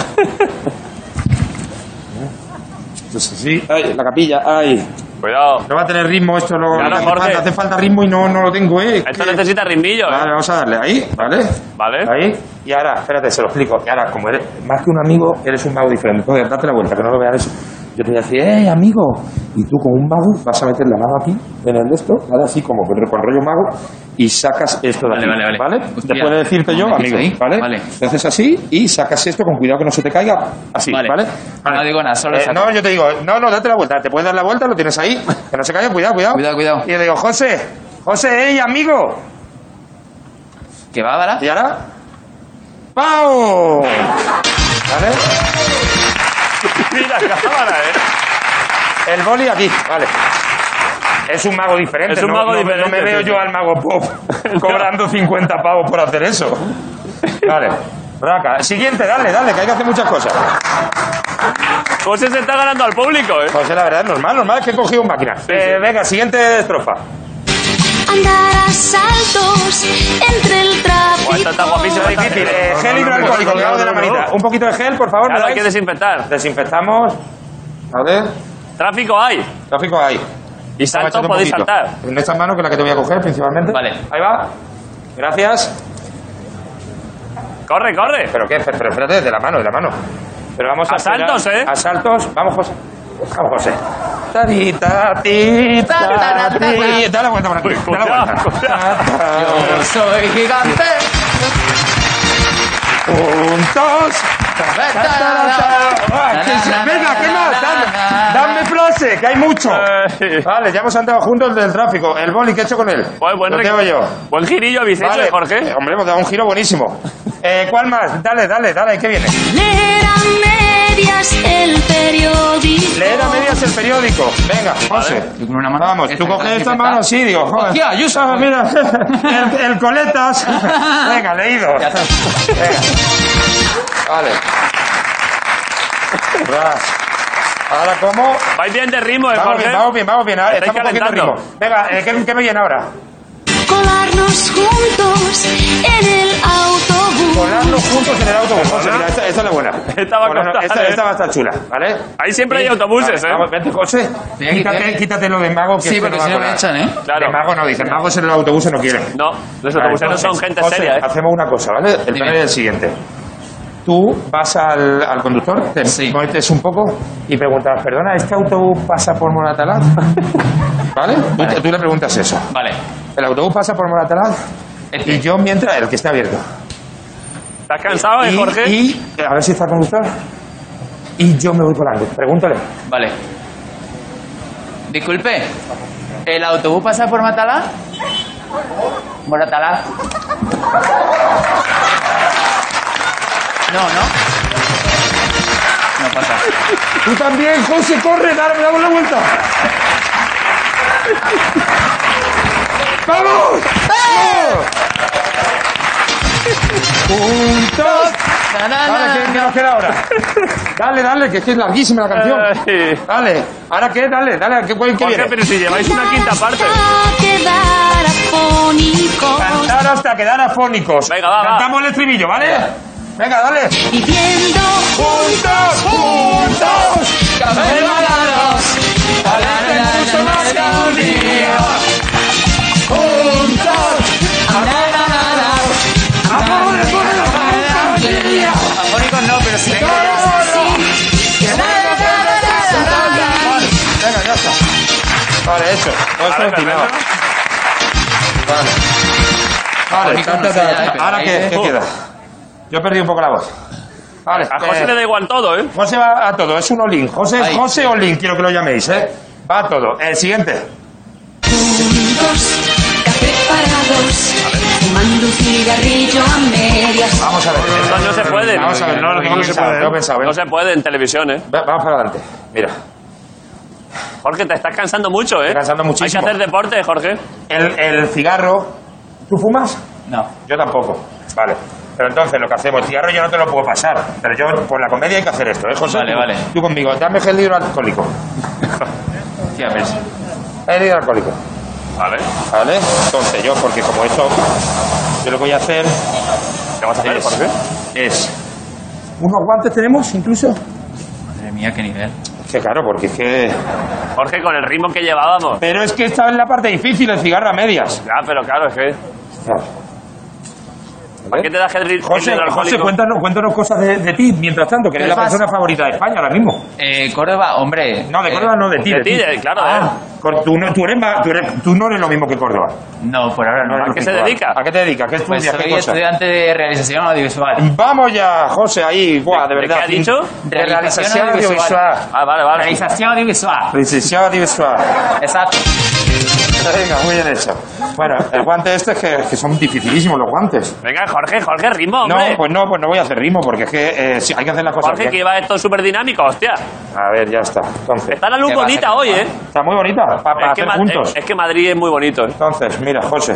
Speaker 6: Sí, ay, la capilla, ay.
Speaker 1: Cuidado.
Speaker 6: Pues No va a tener ritmo esto, luego.
Speaker 1: Claro,
Speaker 6: hace,
Speaker 1: Jorge.
Speaker 6: falta, hace falta ritmo y no, no lo tengo, ¿eh?
Speaker 1: Esto
Speaker 6: Que-
Speaker 1: necesita ritmillo,
Speaker 6: Vale,
Speaker 1: ¿eh?
Speaker 6: vamos a darle ahí, ¿vale?
Speaker 1: Vale.
Speaker 6: Ahí. Y ahora, espérate, se lo explico. Y ahora, como eres más que un amigo, eres un mago diferente. Joder, date la vuelta, que no lo vean eso. Yo te voy a decir, ¡eh, amigo! Y tú, como un mago, vas a meter la mano aquí, en el de esto, ¿vale? Así como con, con rollo mago, y sacas esto de
Speaker 7: Vale,
Speaker 6: aquí.
Speaker 7: vale, vale. Hostia.
Speaker 6: Después de decirte yo,
Speaker 7: ¿Me has
Speaker 6: amigo,
Speaker 7: dicho ahí?
Speaker 6: ¿vale?
Speaker 7: Vale.
Speaker 6: Le haces así y sacas esto con cuidado que no se te caiga. Así, ¿vale? Eh,
Speaker 7: Vale. No digo nada, solo saco.
Speaker 6: No, yo te digo, no, no, date la vuelta. Te puedes dar la vuelta, lo tienes ahí, que no se caiga, cuidado, cuidado.
Speaker 7: Cuidado, cuidado.
Speaker 6: Y yo le digo, José, José, ¡eh, amigo!
Speaker 7: ¿Qué va, Dara?
Speaker 6: ¿Y ahora? ¡Pau! ¿Vale?
Speaker 1: Mira, cámara, ¿eh?
Speaker 6: El boli aquí, vale. Es un mago diferente.
Speaker 1: Es un
Speaker 6: no-
Speaker 1: mago
Speaker 6: no-
Speaker 1: diferente,
Speaker 6: No me veo
Speaker 1: sí, sí.
Speaker 6: yo al mago pop cobrando 50 pavos por hacer eso. Vale. Raca. Siguiente, dale, dale, que hay que hacer muchas cosas.
Speaker 1: José se está ganando al público, ¿eh?
Speaker 6: José, Pues la verdad, es normal, normal, es que he cogido un máquina. Eh,
Speaker 1: sí.
Speaker 6: Venga, siguiente estrofa.
Speaker 8: Andar a saltos entre el tráfico.
Speaker 1: Guau, esto está guapísimo,
Speaker 6: Muy
Speaker 1: está
Speaker 6: difícil.
Speaker 1: bien.
Speaker 6: eh, gel hidroalcohólico, colgado de la manita. Un poquito de gel, por favor.
Speaker 1: Claro,
Speaker 6: ¿me
Speaker 1: hay que
Speaker 6: dais?
Speaker 1: desinfectar.
Speaker 6: Desinfectamos. A ver.
Speaker 1: Tráfico hay.
Speaker 6: Tráfico ahí.
Speaker 1: Y salto
Speaker 6: Agáchate un
Speaker 1: podéis
Speaker 6: poquito.
Speaker 1: saltar.
Speaker 6: En esta mano, que es la que te voy a coger principalmente.
Speaker 7: Vale.
Speaker 6: Ahí va. Gracias.
Speaker 1: Corre, corre.
Speaker 6: ¿Pero qué? Pero espérate, de la mano, de la mano. Pero vamos a...
Speaker 1: A saltos, ¿eh?
Speaker 6: A saltos. Vamos, José. Vamos, José. Ta, ti, ta, ti, ta, ta, ti. Da la vuelta por aquí.
Speaker 1: Uy,
Speaker 6: Da la vuelta.
Speaker 1: cuidado, cuidado.
Speaker 6: Ta, ta.
Speaker 7: Yo soy gigante.
Speaker 6: Juntos. Ta, ta, ta, ta. Ay, que se- Venga, ¿qué más? Dame, dame frase, que hay mucho.
Speaker 1: Ay.
Speaker 6: Vale, ya hemos andado juntos del tráfico. El boli, ¿qué he hecho con él?
Speaker 1: Buen, buen
Speaker 6: Lo
Speaker 1: rec-
Speaker 6: tengo yo.
Speaker 1: Buen girillo habéis hecho, ¿eh,
Speaker 6: Eh,
Speaker 1: Jorge.
Speaker 6: hombre, hemos dado un giro buenísimo. Eh, ¿Cuál más? Dale, dale, dale, ¿qué viene?
Speaker 8: Leer a medias el periódico.
Speaker 6: Leer a medias el periódico. Venga, José.
Speaker 7: Yo con una mano.
Speaker 6: Vamos, tú
Speaker 7: Esta,
Speaker 6: coges
Speaker 7: esta,
Speaker 6: esta
Speaker 7: esta.
Speaker 6: mano así, digo, joder.
Speaker 7: Hostia, Ayuso.
Speaker 6: Ah, mira, el, el coletas. Venga, leído.
Speaker 7: Ya está.
Speaker 6: Venga. Vale. Ras. Ahora, ¿cómo?
Speaker 1: Vais bien de ritmo, ¿eh,
Speaker 6: Vamos
Speaker 1: Jorge?
Speaker 6: bien, vamos bien, vamos bien. Ahora,
Speaker 1: Estáis
Speaker 6: estamos un poquito
Speaker 1: calentando.
Speaker 6: ritmo. Venga, eh, ¿qué, ¿qué me viene ahora?
Speaker 8: Colarnos juntos en el autobús.
Speaker 6: Colarnos juntos en el autobús. José, mira, esta, esta es la buena.
Speaker 1: Esta va a
Speaker 6: Colarnos-
Speaker 1: costar,
Speaker 6: esta,
Speaker 1: ¿eh?
Speaker 6: esta va a estar chula, ¿vale?
Speaker 1: Ahí siempre
Speaker 6: Sí.
Speaker 1: hay autobuses,
Speaker 6: Vale,
Speaker 1: ¿eh?
Speaker 6: Vamos, vete, José.
Speaker 7: Estoy aquí, estoy
Speaker 6: Quítate,
Speaker 7: aquí.
Speaker 6: quítate lo de mago. Que
Speaker 7: Sí,
Speaker 6: esto
Speaker 7: porque
Speaker 6: va
Speaker 7: si
Speaker 6: a
Speaker 7: no me
Speaker 6: colar.
Speaker 7: echan, ¿eh?
Speaker 1: Claro.
Speaker 6: De mago no, dicen magos en el autobús no quieren.
Speaker 1: No, los
Speaker 6: Vale,
Speaker 1: autobuses no
Speaker 6: entonces,
Speaker 1: son gente
Speaker 6: José,
Speaker 1: seria, ¿eh?
Speaker 6: Hacemos una cosa, ¿vale? El plan
Speaker 7: Dime.
Speaker 6: es el siguiente. Tú vas al, al conductor, te
Speaker 7: Sí.
Speaker 6: metes un poco y preguntas, perdona, ¿este autobús pasa por Moratalaz? ¿Vale? Tú- Tú, le preguntas eso.
Speaker 7: Vale.
Speaker 6: El autobús pasa por Moratalaz
Speaker 7: Este.
Speaker 6: y yo mientras, el que esté abierto.
Speaker 1: ¿Estás cansado, eh,
Speaker 6: y,
Speaker 1: Jorge?
Speaker 6: y- a ver si está el conductor. Y yo me voy colando. Pregúntale.
Speaker 7: Vale. Disculpe, ¿el autobús pasa por Matalá? Moratalá. No, no. No pasa.
Speaker 6: Tú también, José, corre, dame, dame la vuelta.
Speaker 1: ¡Eh!
Speaker 6: ¡Vamos! ¡Vamos! Juntos Dale, ¿qué, qué nos queda ahora? Dale, dale, que es que es larguísima la canción.
Speaker 1: Ay.
Speaker 6: Dale, ¿ahora qué? Dale, dale, ¿qué, qué, qué
Speaker 1: Eh, Jorge,
Speaker 6: viene?
Speaker 1: pero si lleváis una quinta parte.
Speaker 8: Hasta quedar afónicos,
Speaker 6: Cantar hasta quedar afónicos.
Speaker 1: Venga, va, va.
Speaker 6: Cantamos el estribillo, ¿vale? Venga, dale.
Speaker 8: viviendo
Speaker 6: Juntos, juntos,
Speaker 7: Separados,
Speaker 6: alegres mucho más que un día. Juntos, amores, buenos, juntos, día.
Speaker 7: Afónicos no, pero sí.
Speaker 6: Venga, ya está. Vale, hecho.
Speaker 1: Vale,
Speaker 6: Perfecto.
Speaker 1: perfecto.
Speaker 6: Vale, ta, ta, ta, ta. ahora qué, qué
Speaker 1: Oh.
Speaker 6: queda. Yo he perdido un poco la voz. Vale,
Speaker 1: A José
Speaker 6: eh,
Speaker 1: le da igual todo, ¿eh?
Speaker 6: José va a todo, es un olín. José,
Speaker 7: Ahí.
Speaker 6: José Olín, quiero que lo llaméis, ¿eh? Va a todo. El siguiente.
Speaker 8: juntos, ya preparados, fumando un cigarrillo a medias.
Speaker 6: Vamos a ver.
Speaker 1: No, no se puede.
Speaker 6: Vamos a ver, no, no, no, se puede. No he pensado,
Speaker 1: No
Speaker 6: venga.
Speaker 1: se puede en televisión, ¿eh?
Speaker 6: Va- Vamos para adelante. Mira,
Speaker 1: Jorge, te estás cansando mucho, ¿eh?
Speaker 6: Estoy cansando muchísimo.
Speaker 1: Hay que hacer deporte, Jorge.
Speaker 6: el, el cigarro. ¿Tú fumas?
Speaker 7: No.
Speaker 6: Yo tampoco. Vale. Pero entonces lo que hacemos, el cigarro yo no te lo puedo pasar. Pero yo, por la comedia hay que hacer esto, ¿eh, José?
Speaker 7: Vale,
Speaker 6: Tú-
Speaker 7: vale.
Speaker 6: Tú conmigo, dame el libro alcohólico.
Speaker 7: Tía, pero sí.
Speaker 6: El libro alcohólico.
Speaker 1: Vale.
Speaker 6: ¿Vale? Entonces yo, porque como esto, yo lo que voy a hacer. ¿Qué vas a
Speaker 1: hacer,
Speaker 6: es,
Speaker 1: Jorge?
Speaker 6: Es. ¿Unos guantes tenemos incluso?
Speaker 7: Madre mía, qué nivel.
Speaker 6: Que claro, porque es que.
Speaker 1: Jorge, con el ritmo que llevábamos.
Speaker 6: Pero es que esta es la parte difícil, el cigarro a medias.
Speaker 1: Ya, pero claro, es que. ¿Para qué te das que el
Speaker 6: José,
Speaker 1: el
Speaker 6: José
Speaker 1: alcohólico?
Speaker 6: cuéntanos, cuéntanos cosas de, de ti mientras tanto, que eres la
Speaker 7: Vas-
Speaker 6: persona favorita de España ahora mismo.
Speaker 7: Eh, Córdoba, hombre.
Speaker 6: No, de
Speaker 7: eh,
Speaker 6: Córdoba no, de ti.
Speaker 1: de ti, de- claro,
Speaker 6: Ah, Cor- tú, no, tú, eres, ma- tú, eres- tú no eres lo mismo que Córdoba.
Speaker 7: No, por ahora
Speaker 6: No eres
Speaker 7: no.
Speaker 6: lo
Speaker 1: qué
Speaker 6: que
Speaker 1: se
Speaker 6: Córdoba.
Speaker 1: dedica?
Speaker 6: ¿A qué te dedicas? ¿Qué
Speaker 7: Pues
Speaker 6: estudias? ¿Qué
Speaker 7: soy
Speaker 6: cosa? Mm.
Speaker 7: estudiante de realización audiovisual.
Speaker 6: Vamos ya, José, ahí, buah, de
Speaker 1: ¿De
Speaker 6: verdad.
Speaker 1: qué ha dicho?
Speaker 6: De realización audiovisual.
Speaker 1: Ah, vale, vale.
Speaker 7: Realización audiovisual.
Speaker 6: Realización audiovisual.
Speaker 7: Exacto.
Speaker 6: Venga, muy bien hecho. Bueno, el guante este es que, que son dificilísimos los guantes.
Speaker 1: Venga, Jorge, Jorge, ritmo,
Speaker 6: No,
Speaker 1: hombre.
Speaker 6: pues no, pues no voy a hacer ritmo porque es que eh, sí, hay que hacer las cosas
Speaker 1: Jorge, que
Speaker 6: bien.
Speaker 1: iba esto súper dinámico, hostia.
Speaker 6: A ver, ya está. Entonces,
Speaker 1: Está la luz
Speaker 7: ¿Qué va a
Speaker 1: bonita
Speaker 7: hacer,
Speaker 1: hoy, ¿eh?
Speaker 7: Juan?
Speaker 6: está muy bonita pa- para
Speaker 1: Es que,
Speaker 6: hacer
Speaker 1: Ma-
Speaker 6: juntos.
Speaker 1: es- es que Madrid es muy bonito, ¿eh?
Speaker 6: Entonces, mira, José,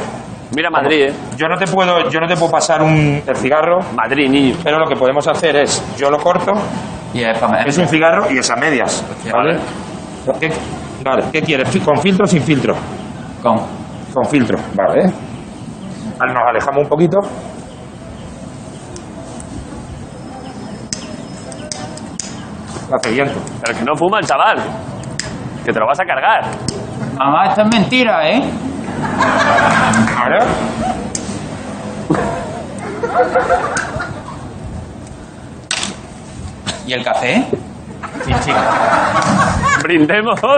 Speaker 1: Mira Madrid, ¿eh?
Speaker 6: yo no te puedo, yo no te puedo pasar un el cigarro,
Speaker 1: Madrid, niño.
Speaker 6: pero lo que podemos hacer es, yo lo corto,
Speaker 7: Y es para
Speaker 6: es un cigarro y es a medias.
Speaker 7: Vale.
Speaker 6: ¿Qué, vale, ¿qué quieres? Fi- ¿Con filtro o sin filtro?
Speaker 7: Con.
Speaker 6: Con filtro, vale. Al- Nos alejamos un poquito. Hace viento.
Speaker 1: Pero que no fuma el chaval. Que te lo vas a cargar.
Speaker 7: Mamá, esto es mentira, ¿eh?
Speaker 6: Ahora.
Speaker 7: ¿Y el café? Sí, chica.
Speaker 1: Brindemos. Oh,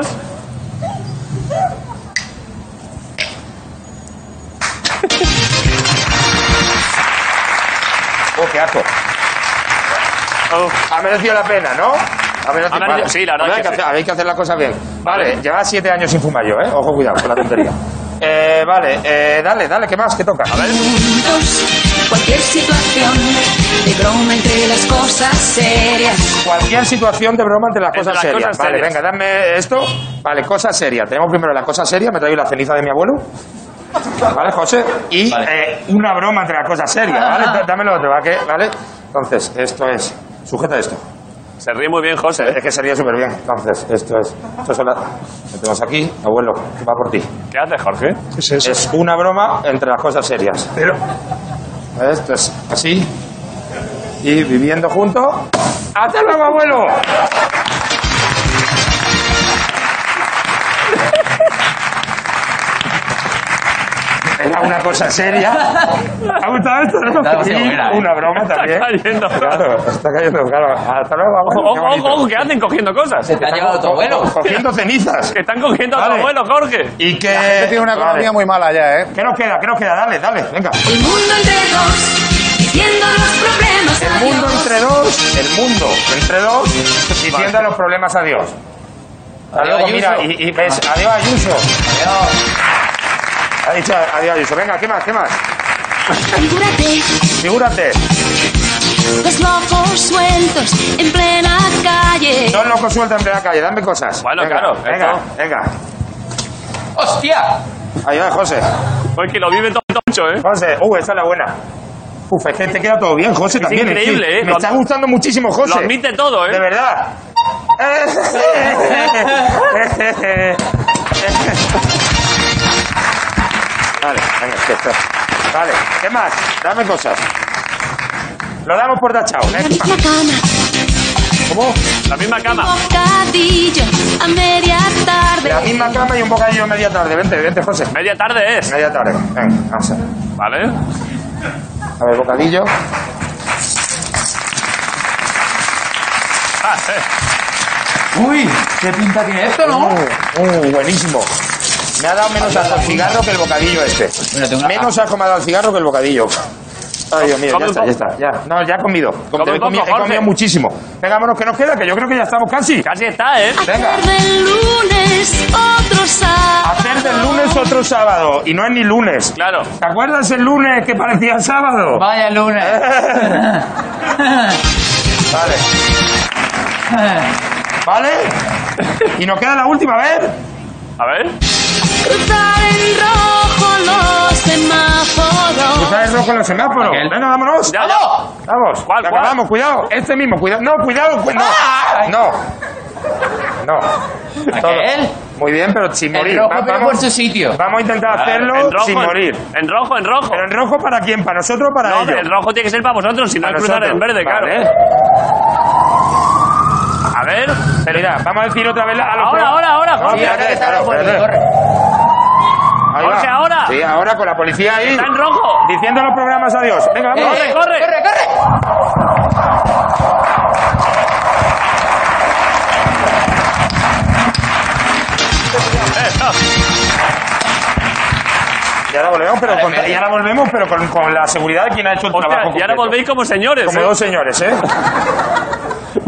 Speaker 6: Oh, qué asco.
Speaker 1: Oh,
Speaker 6: Ha merecido la pena, ¿no? Ha merecido
Speaker 1: Ha merecido-
Speaker 6: vale.
Speaker 1: sí, la verdad
Speaker 6: Habéis
Speaker 1: que sí.
Speaker 6: hacer- Habéis que hacer las cosas bien. Vale, llevas siete años sin fumar yo, ¿eh? Ojo, cuidado con la tontería. Eh, vale, eh, dale, dale, ¿qué más? ¿Qué toca? A ver.
Speaker 8: Juntos, cualquier situación, de broma entre las cosas serias.
Speaker 6: Cualquier situación de broma entre las
Speaker 1: Entre
Speaker 6: cosas
Speaker 1: las
Speaker 6: serias.
Speaker 1: cosas
Speaker 6: vale,
Speaker 1: serias.
Speaker 6: venga, dame esto. Vale, cosas serias. Tenemos primero la cosa seria, me traigo la ceniza de mi abuelo. Vale, José. Y
Speaker 7: Vale.
Speaker 6: eh, una broma entre las cosas serias, ¿vale? Da- Dame lo otro, ¿va? ¿Qué? ¿vale? Entonces, esto es. Sujeta esto.
Speaker 1: se ríe muy bien, José.
Speaker 6: Es
Speaker 1: ¿eh?
Speaker 6: que sería súper bien. Entonces, esto es. Esto son la... Metemos aquí, abuelo, va por ti.
Speaker 1: ¿Qué haces, Jorge?
Speaker 3: ¿Qué es eso?
Speaker 6: Es una broma entre las cosas serias.
Speaker 3: Pero,
Speaker 6: Esto es así. Y viviendo juntos. ¡Hasta luego, abuelo! Era una cosa seria. ¿Ha gustado esto? no?
Speaker 7: Está demasiado
Speaker 6: Y
Speaker 7: buena, ¿eh?
Speaker 6: una broma
Speaker 1: Está Oh,
Speaker 6: también.
Speaker 1: cayendo.
Speaker 6: Claro, está cayendo, claro. Hasta luego, abuelo.
Speaker 1: Ojo,
Speaker 6: Qué
Speaker 1: ojo,
Speaker 6: bonito.
Speaker 1: ojo, que hacen cogiendo cosas.
Speaker 7: Se te ha llevado tu abuelo.
Speaker 6: Cogiendo cenizas.
Speaker 1: Que están cogiendo a tu
Speaker 6: Vale.
Speaker 1: abuelo, Jorge.
Speaker 6: Y que...
Speaker 1: Eh,
Speaker 5: Este tiene una economía
Speaker 6: Vale.
Speaker 5: muy mala ya, ¿eh?
Speaker 6: ¿Qué nos queda? ¿Qué nos queda? Dale, dale, venga.
Speaker 8: El mundo entre dos, diciendo los problemas.
Speaker 6: El mundo
Speaker 8: adiós.
Speaker 6: entre dos, el mundo entre dos, diciendo los problemas a Dios. Hasta
Speaker 7: Adiós,
Speaker 6: luego, mira,
Speaker 7: Ayuso.
Speaker 6: y, y ves, adiós Ayuso. Ha dicho adiós Ayuso. Venga, ¿qué más? ¿Qué más?
Speaker 8: Figúrate,
Speaker 6: Figúrate,
Speaker 8: los locos sueltos en plena calle.
Speaker 6: dos locos sueltos entre la calle, dame cosas.
Speaker 1: Bueno,
Speaker 6: Venga,
Speaker 1: claro,
Speaker 6: Venga,
Speaker 1: esto.
Speaker 6: venga.
Speaker 7: ¡Hostia!
Speaker 6: Ayuda, José.
Speaker 1: Pues que lo vive todo mucho, ¿eh?
Speaker 6: José, uh, esta es la buena. Uf, es que te queda todo bien, José,
Speaker 1: Es
Speaker 6: también.
Speaker 1: increíble,
Speaker 6: que
Speaker 1: ¿eh?
Speaker 6: Me
Speaker 1: Lo-
Speaker 6: está gustando muchísimo, José.
Speaker 1: Lo admite todo,
Speaker 6: De
Speaker 1: ¿eh?
Speaker 6: verdad. Vale, venga, ya está. Vale, ¿qué más? Dame cosas. Lo damos por tachado. ¿eh?
Speaker 9: La
Speaker 6: venga.
Speaker 9: misma cama,
Speaker 1: La misma cama.
Speaker 9: bocadillo a media
Speaker 6: La
Speaker 9: tarde.
Speaker 6: misma cama y un bocadillo media tarde. Vente, vente, José.
Speaker 1: Media tarde es.
Speaker 6: Media tarde. Venga, vamos a ver.
Speaker 1: ¿Vale?
Speaker 6: A ver, bocadillo.
Speaker 1: Ah, eh.
Speaker 7: Uy, qué pinta tiene esto, ¿no?
Speaker 6: Mm, mm, buenísimo. Me ha dado menos ajo al cigarro que el bocadillo este.
Speaker 7: Mira, tengo una-
Speaker 6: Menos ajo me ha dado al cigarro que el bocadillo. Ay, Dios mío,
Speaker 1: Come
Speaker 6: ya
Speaker 1: un
Speaker 6: está,
Speaker 1: poco.
Speaker 6: ya está. Ya. No, ya he comido.
Speaker 1: Come un
Speaker 6: he, comido
Speaker 1: poco,
Speaker 6: he comido
Speaker 1: Jorge.
Speaker 6: muchísimo. Venga, vámonos, que nos queda, que yo creo que ya estamos casi.
Speaker 1: Casi está, ¿eh?
Speaker 6: Venga.
Speaker 9: Hacer del lunes otro sábado.
Speaker 6: Hacer del lunes otro sábado. Y no es ni lunes.
Speaker 1: Claro.
Speaker 6: ¿Te acuerdas el lunes que parecía sábado?
Speaker 7: Vaya lunes.
Speaker 6: Vale. ¿Vale? Y nos queda la última, a ver.
Speaker 1: A ver.
Speaker 9: Cruzar en rojo los semáforos.
Speaker 6: Cruzar el rojo en los semáforos.
Speaker 7: Aquel.
Speaker 6: Venga, vámonos.
Speaker 1: Ya, ya.
Speaker 6: ¡Vamos! ¡Vamos!
Speaker 1: ¿Cuál,
Speaker 6: Ya
Speaker 1: cuál?
Speaker 6: acabamos, cuidado. Este mismo, cuidado. No, cuidado, cu- no. No. No.
Speaker 7: Aquel.
Speaker 6: Muy bien, pero sin
Speaker 7: El
Speaker 6: morir.
Speaker 7: rojo
Speaker 6: Va-
Speaker 7: pero por su sitio.
Speaker 6: vamos a intentar
Speaker 1: Ah, En
Speaker 6: hacerlo
Speaker 1: rojo,
Speaker 6: sin
Speaker 1: en-
Speaker 6: morir.
Speaker 1: En rojo, en rojo.
Speaker 6: ¿Pero en rojo para quién? ¿Para nosotros o para
Speaker 1: No,
Speaker 6: ellos?
Speaker 1: el rojo tiene que ser para vosotros, si no es
Speaker 6: Para
Speaker 1: cruzar en
Speaker 6: nosotros.
Speaker 1: verde, claro.
Speaker 6: Vale.
Speaker 1: A ver.
Speaker 6: Pero mira, vamos a decir otra vez la- a los
Speaker 1: Ahora,
Speaker 6: pro-
Speaker 1: ahora, ahora,
Speaker 6: No,
Speaker 1: Jorge.
Speaker 6: espérate, claro, espérate. Ahí va.
Speaker 1: Jorge, ahora.
Speaker 6: Sí, ahora con la policía ahí.
Speaker 1: Está en rojo.
Speaker 6: Diciendo a los programas adiós. Venga, vamos.
Speaker 1: Corre, corre.
Speaker 6: Y ahora volvemos, pero, con,
Speaker 7: media.
Speaker 6: y ahora volvemos, pero con, con la seguridad de quien ha hecho el
Speaker 1: Hostia,
Speaker 6: trabajo.
Speaker 1: y ahora
Speaker 6: completo.
Speaker 1: volvéis como señores.
Speaker 6: Como
Speaker 1: ¿eh?
Speaker 6: dos señores, ¿eh?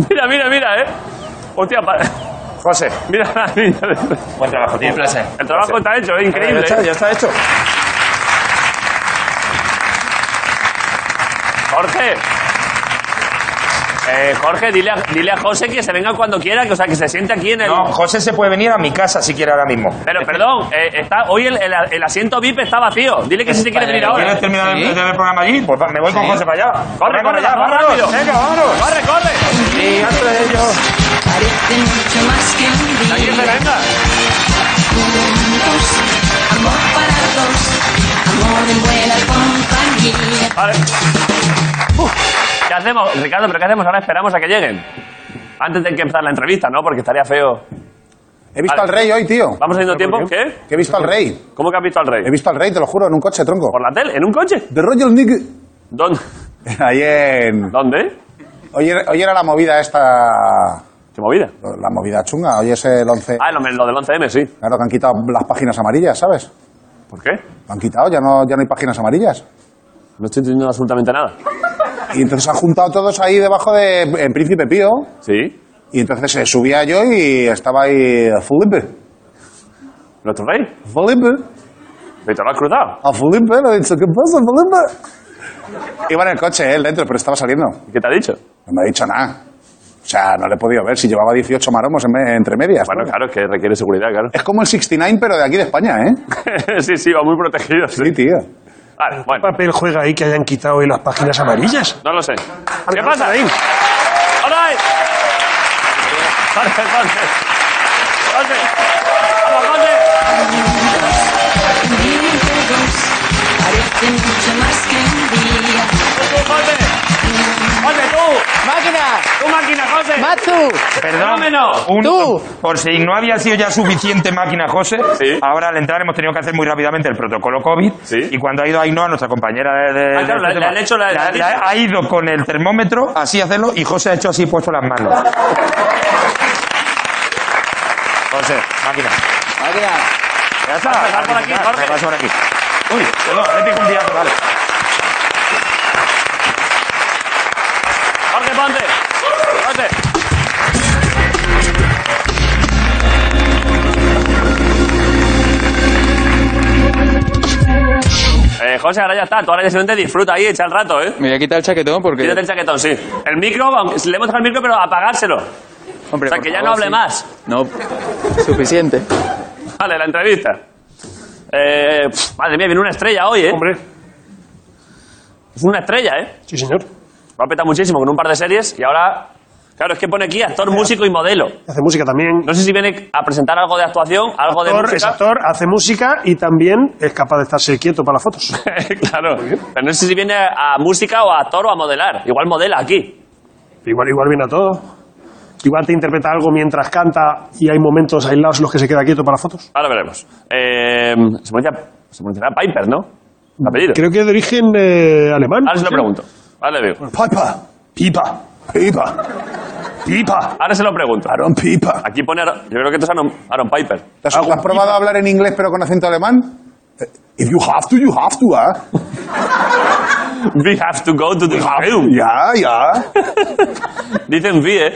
Speaker 1: Mira, mira, mira, eh. Hostia, pa-
Speaker 6: José,
Speaker 1: mira la niña.
Speaker 6: buen trabajo, tío.
Speaker 7: Un placer.
Speaker 1: El trabajo está hecho, es increíble.
Speaker 6: Ya está,
Speaker 1: ¿eh?
Speaker 6: ya está hecho.
Speaker 1: Jorge. Eh, Jorge, dile a, dile a José que se venga cuando quiera, que, o sea, que se siente aquí en el...
Speaker 6: No, José se puede venir a mi casa si quiere ahora mismo.
Speaker 1: Pero, perdón, eh, está, hoy el, el- el asiento VIP está vacío. Dile que si se quiere
Speaker 7: Vale,
Speaker 1: venir
Speaker 7: lo
Speaker 1: ahora.
Speaker 6: ¿Quieres terminar
Speaker 7: Sí.
Speaker 6: de- de ver el programa allí? Pues va, me voy con
Speaker 7: Sí.
Speaker 6: José para allá.
Speaker 1: Corre, corre,
Speaker 6: Venga, para allá,
Speaker 1: más
Speaker 6: vámonos.
Speaker 1: rápido.
Speaker 6: Venga, vámonos.
Speaker 1: ¡Corre, corre!
Speaker 6: Y antes de ello,
Speaker 8: Parece mucho más que un
Speaker 1: ¡Aquí,
Speaker 8: día.
Speaker 1: venga!
Speaker 8: Juntos, amor para dos, amor en buena compañía.
Speaker 1: Vale. ¿Qué hacemos, Ricardo? ¿Pero qué hacemos? Ahora esperamos a que lleguen. Antes de que empezar la entrevista, ¿no? Porque estaría feo.
Speaker 5: He visto
Speaker 1: Vale.
Speaker 5: al rey hoy, tío.
Speaker 1: ¿Vamos teniendo tiempo? ¿Qué?
Speaker 5: Que he visto al rey.
Speaker 1: ¿Cómo que has visto al rey?
Speaker 5: He visto al rey, te lo juro, en un coche, tronco.
Speaker 1: ¿Por la tele? ¿En un coche?
Speaker 5: The Royal Nick.
Speaker 1: ¿Dónde?
Speaker 5: Ahí en.
Speaker 1: ¿Dónde?
Speaker 5: Hoy, era- hoy era la movida esta.
Speaker 1: ¿Qué movida?
Speaker 5: La movida chunga. Hoy es el 11.
Speaker 1: Ah, lo, lo del 11M, sí.
Speaker 5: Claro que han quitado las páginas amarillas, ¿sabes?
Speaker 1: ¿Por qué?
Speaker 5: Lo han quitado, ya no, ya no hay páginas amarillas.
Speaker 1: No estoy entendiendo absolutamente nada.
Speaker 5: Y entonces han juntado todos ahí debajo de en Príncipe Pío.
Speaker 1: ¿Sí?
Speaker 5: Y entonces eh, subía yo y estaba ahí. Felipe.
Speaker 1: ¿Nuestro rey?
Speaker 5: Felipe.
Speaker 1: ¿Y te lo has cruzado?
Speaker 5: A Felipe le he dicho, ¿qué pasa, Felipe? Iba en el coche él dentro, pero estaba saliendo.
Speaker 1: ¿Y ¿Qué te ha dicho?
Speaker 5: No me ha dicho nada. O sea, no le he podido ver si llevaba 18 maromos en me- entre medias.
Speaker 1: Bueno,
Speaker 5: ¿no?
Speaker 1: claro, es que requiere seguridad, claro.
Speaker 5: Es como el 69, pero de aquí de España, ¿eh?
Speaker 1: sí, sí, va muy protegido. Sí.
Speaker 5: Sí, tío.
Speaker 1: Vale,
Speaker 3: ¿Qué
Speaker 1: bueno,
Speaker 3: papel juega ahí que hayan quitado hoy las páginas amarillas?
Speaker 1: no lo sé. ¿Qué
Speaker 3: Alcanza
Speaker 1: pasa?
Speaker 3: ahí.
Speaker 1: All right. Jorge, Jorge. Jorge. Vamos, Jorge.
Speaker 8: Juntos, parece mucho más que un día.
Speaker 1: Tú, Jorge. Jorge, tú.
Speaker 10: ¡Máquina!
Speaker 1: Tú, máquina, Jorge.
Speaker 10: ¡Matsu!
Speaker 6: perdón.
Speaker 1: Fenómeno.
Speaker 6: Un,
Speaker 10: Tú.
Speaker 6: Por si no había sido ya suficiente máquina, José,
Speaker 1: Sí.
Speaker 6: ahora al entrar hemos tenido que hacer muy rápidamente el protocolo COVID.
Speaker 1: Sí.
Speaker 6: Y cuando ha ido Ainhoa, nuestra compañera de. de-
Speaker 1: Ah, claro,
Speaker 6: de
Speaker 1: le- le
Speaker 6: este tema,
Speaker 1: han hecho la- la-
Speaker 6: ha ido con el termómetro así a hacerlo y José ha hecho así, puesto las manos. José, máquina.
Speaker 10: ¡Máquina!
Speaker 6: Ya está.
Speaker 1: Vamos a pasar por aquí, Jorge.
Speaker 6: Me paso por aquí. Uy, perdón, le pico un día, vale.
Speaker 1: Jorge, ponte. Ponte. Eh, José, ahora ya está. Tú ahora ya simplemente disfruta ahí, echa el rato, ¿eh?
Speaker 10: Me voy a quitar el chaquetón porque...
Speaker 1: Quítate el chaquetón, sí. El micro, aunque- le hemos dejado el micro, pero apagárselo.
Speaker 10: Hombre,
Speaker 1: o sea,
Speaker 10: por
Speaker 1: que ya
Speaker 10: favor,
Speaker 1: no hable
Speaker 10: sí.
Speaker 1: más.
Speaker 10: No, suficiente.
Speaker 1: Vale, la entrevista. Eh, pf, madre mía, viene una estrella hoy, ¿eh?
Speaker 3: Hombre,
Speaker 1: Es una estrella, ¿eh?
Speaker 3: Sí, señor.
Speaker 1: Va a petar muchísimo con un par de series y ahora... Claro, es que pone aquí actor, músico y modelo.
Speaker 3: Hace música también.
Speaker 1: No sé si viene a presentar algo de actuación, algo de
Speaker 3: Actor, es
Speaker 1: música.
Speaker 3: actor, hace música y también es capaz de estarse quieto para las fotos.
Speaker 1: claro. Pero no sé si viene a música o a actor o a modelar. Igual modela aquí.
Speaker 3: Igual, igual viene a todo. Igual te interpreta algo mientras canta y hay momentos aislados en los que se queda quieto para las fotos.
Speaker 1: Ahora veremos. Eh, se pronuncia, se pronunciará Piper, ¿no? El apellido.
Speaker 3: Mm, Creo que es de origen eh, alemán.
Speaker 1: Ahora se lo pregunto. Ahora le digo.
Speaker 3: Pipa, pipa, pipa, pipa.
Speaker 1: Ahora se lo pregunto.
Speaker 3: Aaron Pipa.
Speaker 1: Aquí pone... Aaron- Yo creo que esto es Aaron, Aaron Piper.
Speaker 5: ¿Te has, has probado a hablar en inglés pero con acento alemán? Eh, If you have to, you have to, ¿eh?
Speaker 1: We have to go to the room.
Speaker 5: Ya, ya.
Speaker 1: Dicen vi, ¿eh?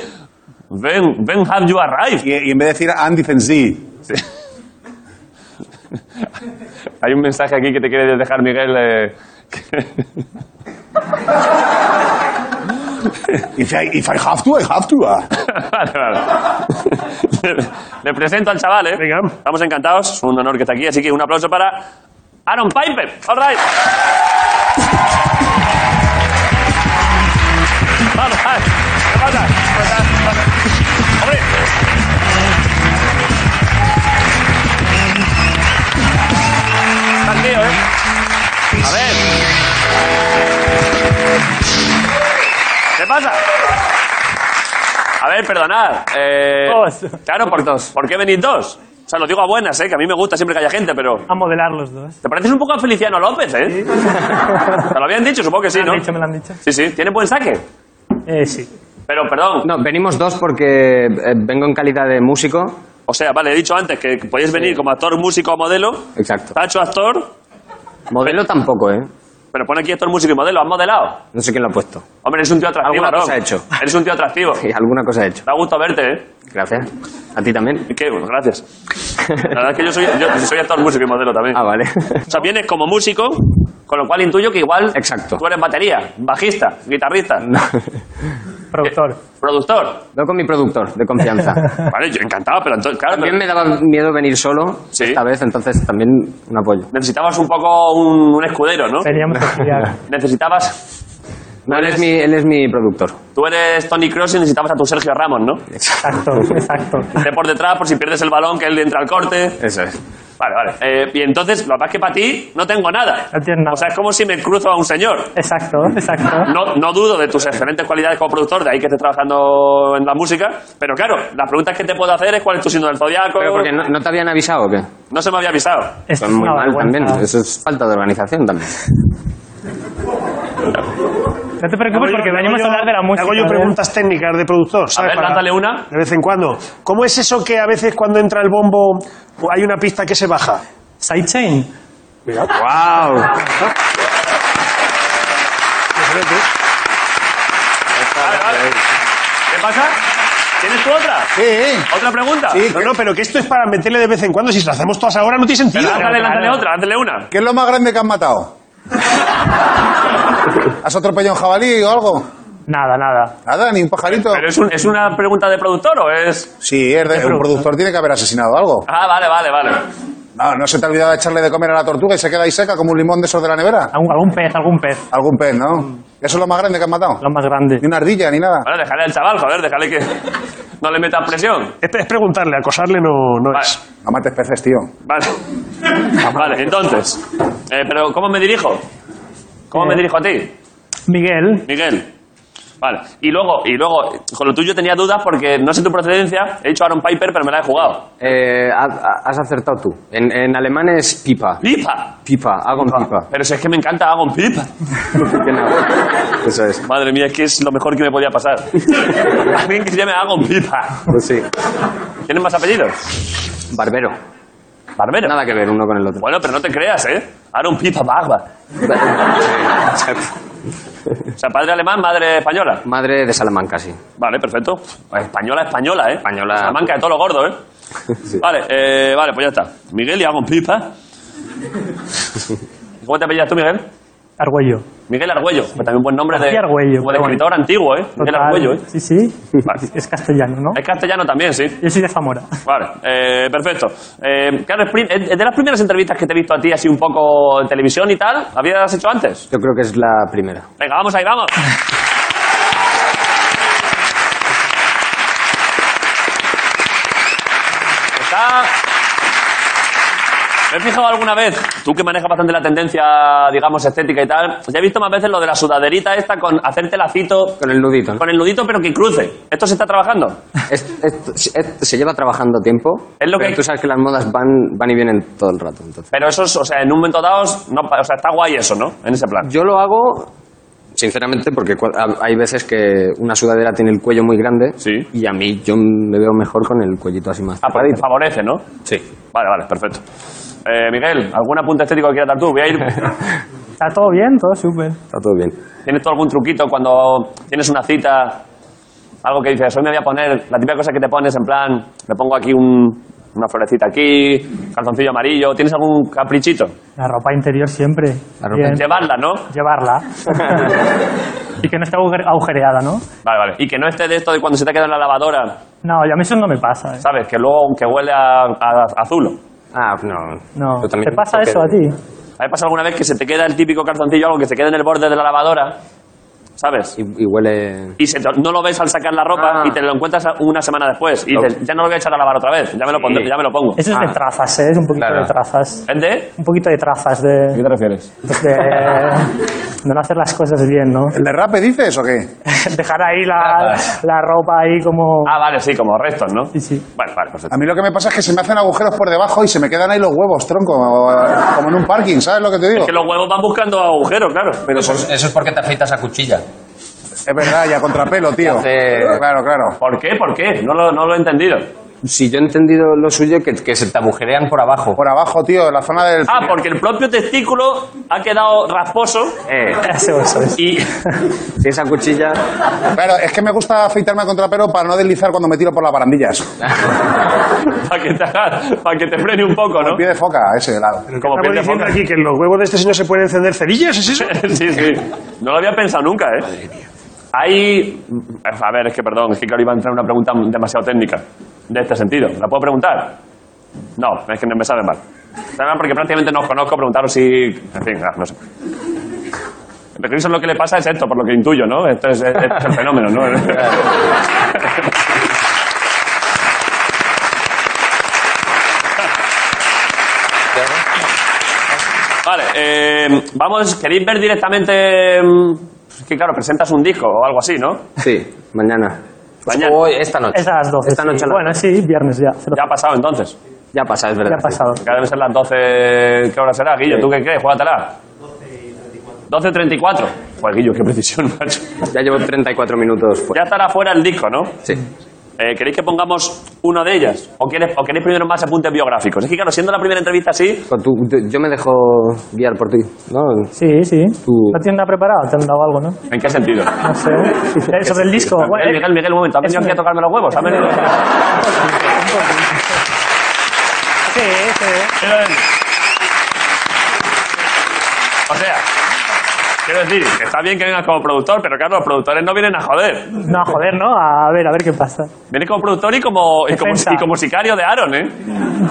Speaker 1: When, when have you arrived?
Speaker 5: Y, y en vez de decir and, dicen sí.
Speaker 1: Hay un mensaje aquí que te quiere dejar, Miguel. eh,
Speaker 5: If I, if I have to, I have to, ¿eh?
Speaker 1: vale, vale. Le, le presento al chaval, ¿eh?
Speaker 3: Venga.
Speaker 1: Estamos encantados. Es un honor que está aquí, así que un aplauso para Aaron Piper. All right. All right. ¿Qué pasa? ¿Qué pasa? ¿Qué pasa? ¡Hombre! Está el tío, ¿eh? A ver. ¿Qué pasa? A ver, perdonad. Eh,
Speaker 11: Dos.
Speaker 1: claro, por dos. ¿Por qué venís dos? O sea, lo digo a buenas, ¿eh? que a mí me gusta siempre que haya gente, pero...
Speaker 11: A modelar los dos.
Speaker 1: Te pareces un poco a Feliciano López, ¿eh? ¿Te lo habían dicho? Supongo que sí,
Speaker 11: Me lo
Speaker 1: ¿no?
Speaker 11: han dicho, me lo han dicho.
Speaker 1: Sí, sí. Tiene buen saque.
Speaker 11: Eh, sí.
Speaker 1: Pero, perdón.
Speaker 12: No, venimos dos porque eh, vengo en calidad de músico.
Speaker 1: O sea, vale, he dicho antes que podéis venir como actor, músico o modelo.
Speaker 12: Exacto.
Speaker 1: Tacho, actor.
Speaker 12: Modelo tampoco, ¿eh?
Speaker 1: Pero pone aquí actor, músico y modelo. ¿Has modelado?
Speaker 12: No sé quién lo ha puesto.
Speaker 1: Hombre, eres un tío atractivo,
Speaker 12: Alguna
Speaker 1: Aarón.
Speaker 12: cosa ha hecho.
Speaker 1: Eres un tío atractivo.
Speaker 12: Sí, alguna cosa he hecho.
Speaker 1: Da gusto verte, ¿eh?
Speaker 12: Gracias. A ti también.
Speaker 1: ¿Y ¿Qué? Bueno, gracias. La verdad es que yo soy, yo soy actor, músico y modelo también.
Speaker 12: Ah, vale.
Speaker 1: O sea, vienes como músico, con lo cual intuyo que igual
Speaker 12: Exacto.
Speaker 1: tú eres batería, bajista, guitarrista,
Speaker 11: Productor.
Speaker 1: productor.
Speaker 12: Vengo con mi productor de confianza.
Speaker 1: Vale, yo encantado, pero entonces, claro,
Speaker 12: También
Speaker 1: pero
Speaker 12: me daba miedo venir solo
Speaker 1: Sí.
Speaker 12: esta vez, entonces también un apoyo.
Speaker 1: necesitabas un poco un, un escudero, ¿no?
Speaker 11: Teníamos que estudiar.
Speaker 1: Necesitabas,
Speaker 12: No, él, es mi, él es mi productor.
Speaker 1: tú eres Tony Cross y necesitabas a tu Sergio Ramos, ¿no?
Speaker 11: Exacto, exacto.
Speaker 1: De por detrás, por si pierdes el balón, que él entra al corte.
Speaker 12: Eso es.
Speaker 1: Vale, vale. Eh, y entonces, lo que pasa es que para ti no tengo nada.
Speaker 11: No tienes nada.
Speaker 1: O sea, es como si me cruzo a un señor.
Speaker 11: Exacto, exacto.
Speaker 1: No, no dudo de tus excelentes cualidades como productor, de ahí que estés trabajando en la música, pero claro, las preguntas que te puedo hacer es cuál es tu signo del zodiaco.
Speaker 12: Pero porque no, no te habían avisado, ¿o ¿qué?
Speaker 1: No se me había avisado.
Speaker 11: Esto
Speaker 12: Son muy
Speaker 11: una
Speaker 12: mal
Speaker 11: vergüenza.
Speaker 12: también. Eso es falta de organización también.
Speaker 11: No te preocupes porque venimos a hablar de la música.
Speaker 3: Hago yo
Speaker 11: ¿eh?
Speaker 3: preguntas técnicas de productor,
Speaker 1: A
Speaker 3: ¿sabes?
Speaker 1: ver,
Speaker 3: Para-
Speaker 1: lánzale una.
Speaker 3: De vez en cuando. ¿Cómo es eso que a veces cuando entra el bombo o hay una pista que se baja?
Speaker 11: Sidechain.
Speaker 12: ¡Wow!
Speaker 1: Vale, vale. ¿Qué pasa? ¿Tienes tú otra?
Speaker 5: Sí. ¿eh?
Speaker 1: ¿Otra pregunta?
Speaker 5: Sí.
Speaker 3: No, no, pero que esto es para meterle de vez en cuando. Si lo hacemos todas ahora no tiene
Speaker 1: Pero
Speaker 3: sentido.
Speaker 1: lánzale, lánzale otra, lánzale una.
Speaker 5: ¿Qué es lo más grande que has matado? ¿Has atropellado un jabalí o algo?
Speaker 11: Nada, nada.
Speaker 5: Nada, ni un pajarito.
Speaker 1: ¿Pero es, un- es una pregunta de productor o es...?
Speaker 5: Sí, es de- un productor tiene que haber asesinado algo.
Speaker 1: Ah, vale, vale, vale.
Speaker 5: No, no se te ha olvidado de echarle de comer a la tortuga y se queda ahí seca como un limón de esos de la nevera.
Speaker 11: Algún, algún pez, algún pez.
Speaker 5: Algún pez, ¿no? Eso es lo más grande que has matado.
Speaker 11: Lo más grande.
Speaker 5: Ni una ardilla, ni nada.
Speaker 1: Vale, déjale al chaval, joder, déjale que no le metas presión.
Speaker 3: Es, es preguntarle, acosarle no, no
Speaker 1: Vale,
Speaker 3: es.
Speaker 5: No mates peces, tío.
Speaker 1: vale. Vale, entonces. eh, pero, ¿cómo me dirijo? ¿Cómo me dirijo a ti?
Speaker 11: Miguel.
Speaker 1: Miguel. Vale. Y luego, y luego, con lo tuyo tenía dudas porque no sé tu procedencia. He dicho Aaron Piper, pero me la he jugado.
Speaker 12: Eh, ha- ha- has acertado tú. En, en alemán es pipa.
Speaker 1: ¡Pipa!
Speaker 12: Pipa, hago un pipa.
Speaker 1: Pero si es que me encanta Agon Pipa.
Speaker 12: Genau. Eso es.
Speaker 1: Madre mía, es que es lo mejor que me podía pasar. Alguien que se llame Agon Pipa.
Speaker 12: Pues sí.
Speaker 1: ¿Tienes más apellidos?
Speaker 12: Barbero.
Speaker 1: Barbero.
Speaker 12: Nada que ver uno con el otro.
Speaker 1: Bueno, pero no te creas, ¿eh? Aaron Pipa Bagba. O sea, padre alemán, madre española.
Speaker 12: Madre de Salamanca, sí.
Speaker 1: Vale, perfecto. Española, española, ¿eh?
Speaker 12: Española.
Speaker 1: Salamanca de todo lo gordo, ¿eh?
Speaker 12: Sí.
Speaker 1: Vale, eh, vale, pues ya está. Miguel y Agon Pipa. ¿Cómo te apellidas tú, Miguel?
Speaker 11: Argüello.
Speaker 1: Miguel Argüello, pues también buen nombre de,
Speaker 11: García Argüello,
Speaker 1: como de
Speaker 11: pero bueno.
Speaker 1: escritor antiguo, ¿eh? Miguel
Speaker 11: Total.
Speaker 1: Argüello, ¿eh?
Speaker 11: Sí, sí. Es castellano, ¿no?
Speaker 1: Es castellano también, sí.
Speaker 11: Yo soy de Zamora.
Speaker 1: Vale, eh, perfecto. Eh, Carlos Spring, eh, de las primeras entrevistas que te he visto a ti así un poco en televisión y tal, ¿habías hecho antes?
Speaker 12: Yo creo que es la primera.
Speaker 1: Venga, vamos ahí, vamos. Está... Me he fijado alguna vez, tú que manejas bastante la tendencia, digamos, estética y tal, ya he visto más veces lo de la sudaderita esta con hacerte lacito...
Speaker 12: Con el nudito. ¿no?
Speaker 1: Con el nudito, pero que cruce. ¿Esto se está trabajando?
Speaker 12: Es- es- es- se lleva trabajando tiempo.
Speaker 1: Es lo que
Speaker 12: pero
Speaker 1: hay-
Speaker 12: tú sabes que las modas van, van y vienen todo el rato. Entonces.
Speaker 1: Pero eso, es, o sea, en un momento dado, no, pa- o sea, está guay eso, ¿no? En ese plan.
Speaker 12: Yo lo hago, sinceramente, porque cua- ha- hay veces que una sudadera tiene el cuello muy grande y a mí yo me veo mejor con el cuellito así más.
Speaker 1: Ah, pues te favorece, ¿no? Sí. Vale, vale, perfecto. Eh, Miguel, ¿algún apunte estético que quieras dar tú? Voy a ir...
Speaker 11: Está todo bien, todo súper.
Speaker 12: Está todo bien.
Speaker 1: ¿Tienes tú algún truquito cuando tienes una cita? Algo que dices, hoy me voy a poner la típica cosa que te pones en plan, me pongo aquí un- una florecita aquí, calzoncillo amarillo. ¿Tienes algún caprichito?
Speaker 11: La ropa interior siempre.
Speaker 6: Eh.
Speaker 11: Bien.
Speaker 1: Llevarla, ¿no?
Speaker 11: Llevarla. y que no esté agujer- agujereada, ¿no?
Speaker 1: Vale, vale. Y que no esté de esto de cuando se te queda en la lavadora,
Speaker 11: No, ya a mí eso no me pasa. ¿eh?
Speaker 1: ¿sabes? Que luego que huele a, a- a zulo.
Speaker 12: Ah, no.
Speaker 11: No.
Speaker 12: Yo también
Speaker 11: ¿Te pasa
Speaker 12: creo que-
Speaker 11: eso a ti?
Speaker 1: ¿Ha pasado alguna vez que se te queda el típico calzoncillo, algo que se queda en el borde de la lavadora? ¿Sabes?
Speaker 12: Y, y huele.
Speaker 1: Y se te- no lo ves al sacar la ropa
Speaker 12: Ah.
Speaker 1: y te lo encuentras una semana después. Y
Speaker 12: Lo-
Speaker 1: dices, ya no lo voy a echar a lavar otra vez, ya me lo, pondré- ya me lo pongo.
Speaker 11: Eso es
Speaker 12: Ah.
Speaker 11: de trazas, ¿eh? Es un poquito
Speaker 1: Claro.
Speaker 11: de trazas.
Speaker 1: ¿Es de?
Speaker 11: Un poquito de trazas de...
Speaker 1: te refieres?
Speaker 11: pues de, de no hacer las cosas bien, ¿no?
Speaker 5: ¿El derrape dices o qué?
Speaker 11: Dejar ahí
Speaker 12: Ah.
Speaker 11: la, la ropa ahí como...
Speaker 1: Ah, vale, sí, como restos, ¿no? Sí,
Speaker 11: sí.
Speaker 1: Vale, vale,
Speaker 5: A
Speaker 1: perfecto.
Speaker 5: mí lo que me pasa es que se me hacen agujeros por debajo y se me quedan ahí los huevos, tronco, como- como en un parking, ¿sabes lo que te digo?
Speaker 1: Es que los huevos van buscando agujeros, claro. Pues,
Speaker 7: Pero eso, es- eso es porque te afeitas a cuchilla.
Speaker 5: Es verdad, ya contrapelo, tío. Claro, claro.
Speaker 1: ¿Por qué? ¿Por qué? No lo, no lo he entendido.
Speaker 12: Si yo he entendido lo suyo, que, que se te agujerean por abajo.
Speaker 5: Por abajo, tío, la zona del...
Speaker 1: Ah, porque el propio testículo ha quedado rasposo
Speaker 12: Eh,
Speaker 11: Eso, eso es.
Speaker 1: y...
Speaker 12: si esa cuchilla.
Speaker 5: Claro, es que me gusta afeitarme a contrapelo para no deslizar cuando me tiro por las barandillas.
Speaker 1: para que, te haga- pa' que te frene un poco, ¿no?
Speaker 5: El pie de foca, ese, la-
Speaker 1: Como
Speaker 3: Estamos
Speaker 1: piel de
Speaker 3: diciendo
Speaker 1: foca.
Speaker 3: aquí que en los huevos de este señor se pueden encender cerillas, ¿es eso?
Speaker 1: sí, sí. No lo había pensado nunca, ¿eh? Hay... A ver, es que perdón, es que claro, iba a entrar una pregunta demasiado técnica de este sentido. ¿La puedo preguntar? No, es que me sale mal. Sale mal porque prácticamente no os conozco, preguntaros si... En fin, ah, no sé. Pero eso es lo que le pasa es esto, por lo que intuyo, ¿no? Esto es, esto es el fenómeno, ¿no? Vale, eh, vamos, ¿queréis ver directamente... mm, Es que claro, presentas un disco o algo así, ¿no?
Speaker 12: Sí, mañana.
Speaker 1: Mañana.
Speaker 12: Hoy, esta noche.
Speaker 11: Es a las 12.
Speaker 12: Esta
Speaker 11: sí.
Speaker 12: noche a las
Speaker 11: Bueno, sí, viernes ya. se lo-
Speaker 1: Ya ha pasado entonces.
Speaker 12: Ya pasa, es
Speaker 11: Ya
Speaker 12: verdad.
Speaker 11: ha pasado.
Speaker 1: Que deben ser las 12... ¿Qué hora será, Guillo?
Speaker 12: Sí.
Speaker 1: ¿Tú qué crees? Juégatela. 12.34. Pues Guillo, qué precisión, macho.
Speaker 12: sí. Ya llevo 34 minutos fuera.
Speaker 1: Ya estará fuera el disco, ¿no?
Speaker 12: Sí.
Speaker 1: Eh, ¿Queréis que pongamos una de ellas? ¿O, quieres- ¿O queréis primero más apuntes biográficos? Es que claro, siendo la primera entrevista así...
Speaker 12: Pero tú- tú- yo me dejo guiar por ti. No,
Speaker 11: Sí, sí.
Speaker 12: Tú-
Speaker 11: ¿No tienes nada preparado? ¿Te han dado algo, no?
Speaker 1: ¿En qué sentido?
Speaker 11: No sé. Eh, Sobre el disco. Bueno,
Speaker 1: Miguel,
Speaker 11: eh,
Speaker 1: Miguel, Miguel, un momento. ¿Has venido
Speaker 11: es
Speaker 1: aquí a
Speaker 11: un-
Speaker 1: tocarme los huevos? ¿Has venido?
Speaker 11: Sí, sí.
Speaker 1: eh. O sea, quiero decir, que está bien que vengas como productor, pero claro, los productores no vienen a joder.
Speaker 11: No, joder, ¿no? A ver, a ver qué pasa.
Speaker 1: Vienes como productor y como, y como,
Speaker 11: Defensa.
Speaker 1: y como sicario de Aaron, ¿eh?